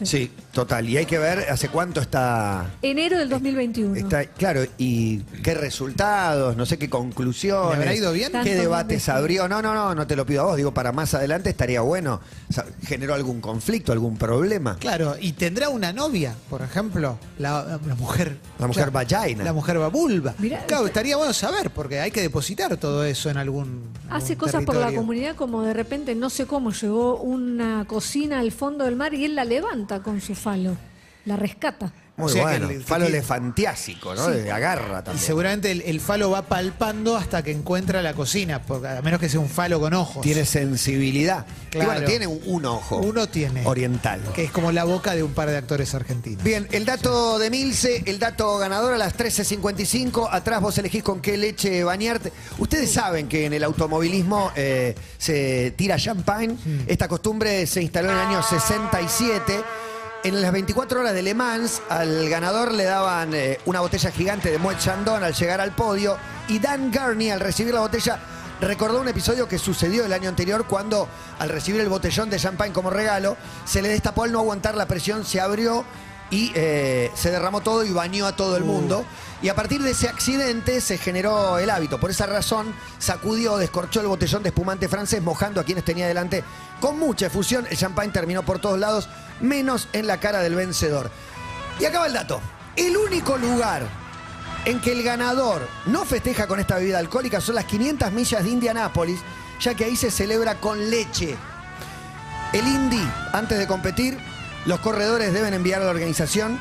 [SPEAKER 3] Sí, total. Y hay que ver hace cuánto está.
[SPEAKER 6] Enero del 2021.
[SPEAKER 3] está claro, y qué resultados, no sé qué conclusiones.
[SPEAKER 4] ¿Le habrá ido bien?
[SPEAKER 3] ¿Qué
[SPEAKER 6] Tantos
[SPEAKER 3] debates
[SPEAKER 6] meses.
[SPEAKER 3] abrió? No, no, no, no te lo pido a vos. Digo, para más adelante estaría bueno. O sea, ¿Generó algún conflicto, algún problema?
[SPEAKER 4] Claro, y tendrá una novia, por ejemplo, la, la mujer.
[SPEAKER 3] La mujer
[SPEAKER 4] claro,
[SPEAKER 3] vallaina.
[SPEAKER 4] La mujer babulba.
[SPEAKER 6] Mirá,
[SPEAKER 4] claro,
[SPEAKER 6] está-
[SPEAKER 4] estaría bueno saber, porque hay que depositar todo eso en algún.
[SPEAKER 6] Hace
[SPEAKER 4] algún
[SPEAKER 6] cosas por la
[SPEAKER 4] territorio.
[SPEAKER 6] comunidad como de repente, no sé cómo, llegó una cocina al fondo del mar y él la levanta con su falo, la rescata.
[SPEAKER 3] Muy
[SPEAKER 4] O sea, que
[SPEAKER 3] bueno.
[SPEAKER 4] el- que
[SPEAKER 3] Falo
[SPEAKER 4] tiene-
[SPEAKER 3] elefantiásico, ¿no? De agarra
[SPEAKER 4] Y
[SPEAKER 3] también.
[SPEAKER 4] seguramente el, el falo va palpando hasta que encuentra la cocina, porque a menos que sea un falo con ojos.
[SPEAKER 3] Tiene sensibilidad. Y
[SPEAKER 4] Claro.
[SPEAKER 3] bueno, tiene un, un ojo.
[SPEAKER 4] Uno tiene.
[SPEAKER 3] Oriental.
[SPEAKER 4] Que es como la boca de un par de actores argentinos.
[SPEAKER 3] Bien, el dato de Milce, el dato ganador a las 13.55. Atrás vos elegís con qué leche bañarte. Ustedes saben que en el automovilismo eh, se tira champagne. Esta costumbre se instaló en el año 67. En las 24 horas de Le Mans, al ganador le daban eh, una botella gigante de Moet Chandon al llegar al podio. Y Dan Gurney, al recibir la botella, Recordó un episodio que sucedió el año anterior cuando, al recibir el botellón de champán como regalo, se le destapó al no aguantar la presión, se abrió y eh, se derramó todo y bañó a todo el mundo. Y a partir de ese accidente se generó el hábito. Por esa razón, sacudió, descorchó el botellón de espumante francés, mojando a quienes tenía delante con mucha efusión. El champán terminó por todos lados, menos en la cara del vencedor. Y acaba el dato. El único lugar en que el ganador no festeja con esta bebida alcohólica son las 500 millas de Indianápolis, ya que ahí se celebra con leche. El Indy, antes de competir, Los corredores deben enviar a la organización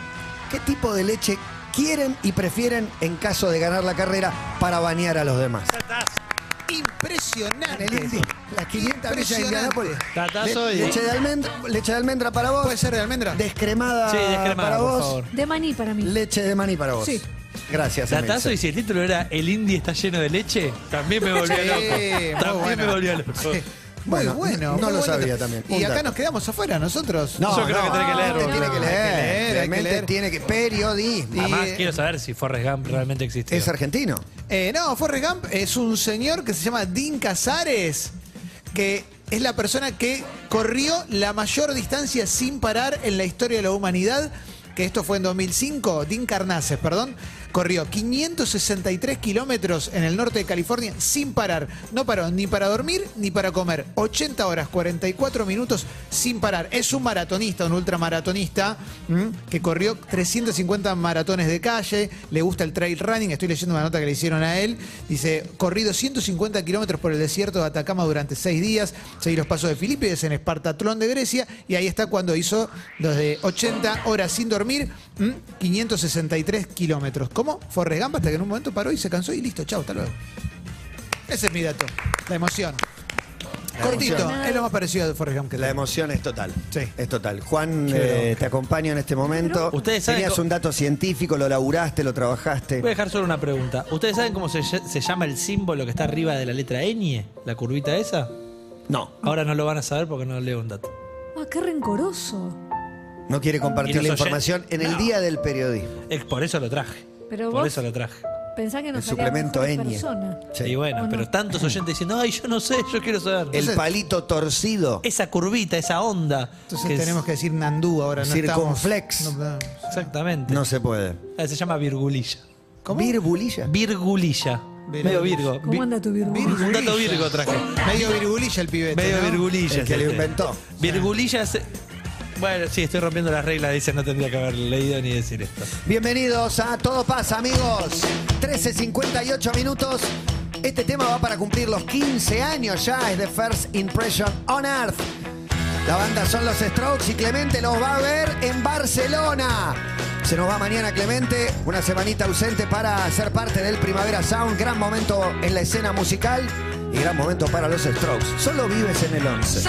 [SPEAKER 3] qué tipo de leche quieren y prefieren en caso de ganar la carrera para bañar a los demás. En
[SPEAKER 4] Impresionante.
[SPEAKER 3] el Indy, las 500 millas de
[SPEAKER 4] Impresionante.
[SPEAKER 3] Indianápolis.
[SPEAKER 5] Tatazo
[SPEAKER 3] Le-
[SPEAKER 5] y-
[SPEAKER 3] leche, de almendra, leche de almendra para vos.
[SPEAKER 4] ¿Puede ser de almendra?
[SPEAKER 3] Descremada,
[SPEAKER 5] Sí, descremada,
[SPEAKER 3] para
[SPEAKER 5] por
[SPEAKER 3] vos.
[SPEAKER 5] favor.
[SPEAKER 6] De maní para mí.
[SPEAKER 3] Leche de maní para vos.
[SPEAKER 6] Sí.
[SPEAKER 3] Gracias.
[SPEAKER 5] Datazo,
[SPEAKER 3] Emilce.
[SPEAKER 5] y si el título era El Indy está lleno de leche, también me volvió
[SPEAKER 4] Sí, muy
[SPEAKER 5] loco. También
[SPEAKER 4] bueno.
[SPEAKER 5] me volvió loco.
[SPEAKER 3] Bueno,
[SPEAKER 4] muy bueno.
[SPEAKER 3] no
[SPEAKER 4] muy
[SPEAKER 3] lo
[SPEAKER 4] bueno.
[SPEAKER 3] sabía también.
[SPEAKER 4] Y
[SPEAKER 3] Un
[SPEAKER 4] acá
[SPEAKER 3] dato.
[SPEAKER 4] nos quedamos afuera nosotros.
[SPEAKER 5] Yo creo que tenés que leer,
[SPEAKER 3] te
[SPEAKER 5] boludo.
[SPEAKER 3] tiene que
[SPEAKER 4] Hay que leer, hay
[SPEAKER 3] leer.
[SPEAKER 4] que
[SPEAKER 3] realmente
[SPEAKER 4] leer.
[SPEAKER 3] tiene que. Periodismo.
[SPEAKER 5] Además,
[SPEAKER 4] eh,
[SPEAKER 5] quiero saber si Forrest Gump realmente existió.
[SPEAKER 3] Es argentino.
[SPEAKER 4] Eh, no, Forrest Gump es un señor que se llama Dean Casares, que es la persona que corrió la mayor distancia sin parar en la historia de la humanidad, que esto fue en 2005, Dean Carnaces, perdón, corrió 563 kilómetros en el norte de California sin parar. No paró ni para dormir ni para comer. 80 horas, 44 minutos sin parar. Es un maratonista, un ultramaratonista, ¿m? que corrió 350 maratones de calle, le gusta el trail running, estoy leyendo una nota que le hicieron a él, dice, corrí 250 kilómetros por el desierto de Atacama durante seis días, seguí los pasos de Filipides en Espartatlón de Grecia, y ahí está cuando hizo los de 80 horas sin dormir, ¿m? 563 kilómetros. ¿Cómo? Forrest Gump hasta que en un momento paró y se cansó y listo, chao, hasta luego. Ese es mi dato, la emoción. Cortito,
[SPEAKER 3] emoción.
[SPEAKER 4] es lo más parecido a Forrest Gump que
[SPEAKER 3] La
[SPEAKER 4] tengo.
[SPEAKER 3] emoción es total.
[SPEAKER 4] Sí.
[SPEAKER 3] Es total. Juan,
[SPEAKER 4] Qué
[SPEAKER 3] eh,
[SPEAKER 4] loco.
[SPEAKER 3] te acompaño en este momento.
[SPEAKER 5] Pero- Ustedes saben
[SPEAKER 3] Tenías
[SPEAKER 5] co-
[SPEAKER 3] un dato científico, lo laburaste, lo trabajaste.
[SPEAKER 5] Voy a dejar solo una pregunta. ¿Ustedes saben cómo se, ll- se llama el símbolo que está arriba de la letra ñ? ¿La curvita esa?
[SPEAKER 3] No,
[SPEAKER 5] Ahora no lo van a saber porque no leo un dato.
[SPEAKER 6] Ah, qué rencoroso.
[SPEAKER 3] no quiere
[SPEAKER 5] ¿Y
[SPEAKER 3] compartir
[SPEAKER 5] los
[SPEAKER 3] la
[SPEAKER 5] oyen-
[SPEAKER 3] información en el
[SPEAKER 5] No.
[SPEAKER 3] día del periodismo.
[SPEAKER 5] Es por eso lo traje.
[SPEAKER 6] Pero
[SPEAKER 5] por
[SPEAKER 6] vos-
[SPEAKER 5] eso lo traje.
[SPEAKER 6] Pensá que
[SPEAKER 3] El
[SPEAKER 6] nos
[SPEAKER 3] suplemento ñ.
[SPEAKER 6] persona.
[SPEAKER 3] Sí.
[SPEAKER 5] Y bueno,
[SPEAKER 6] Bueno.
[SPEAKER 5] pero tantos oyentes diciendo, ay, yo no sé, yo quiero saber.
[SPEAKER 3] El palito torcido.
[SPEAKER 5] esa curvita, esa onda.
[SPEAKER 4] Entonces
[SPEAKER 5] que es-
[SPEAKER 4] tenemos que decir Nandú ahora, no
[SPEAKER 3] Circunflex.
[SPEAKER 4] estamos- no, no.
[SPEAKER 5] Exactamente.
[SPEAKER 3] No se puede.
[SPEAKER 5] Ah, Se llama virgulilla.
[SPEAKER 3] Virbulilla.
[SPEAKER 5] Virgulilla.
[SPEAKER 4] Virgulilla.
[SPEAKER 5] Medio virgo. Vi-
[SPEAKER 6] ¿Cómo anda tu virgo?
[SPEAKER 4] Virgo.
[SPEAKER 5] Un dato virgo traje.
[SPEAKER 4] Medio virgulilla el pibete,
[SPEAKER 5] Medio
[SPEAKER 4] ¿no?
[SPEAKER 5] virgulilla.
[SPEAKER 3] El que
[SPEAKER 5] es
[SPEAKER 3] lo
[SPEAKER 5] este.
[SPEAKER 3] inventó.
[SPEAKER 5] Virgulilla es- Bueno, sí, estoy rompiendo las reglas, dice, no tendría que haber leído ni decir esto.
[SPEAKER 3] Bienvenidos a Todo Pasa, amigos. 13.58 minutos. Este tema va para cumplir los 15 años ya. Es The First Impression on Earth. La banda son los Strokes y Clemente los va a ver en Barcelona. Se nos va mañana Clemente, una semanita ausente para ser parte del Primavera Sound. Gran momento en la escena musical y gran momento para los Strokes. Solo vives en el 11.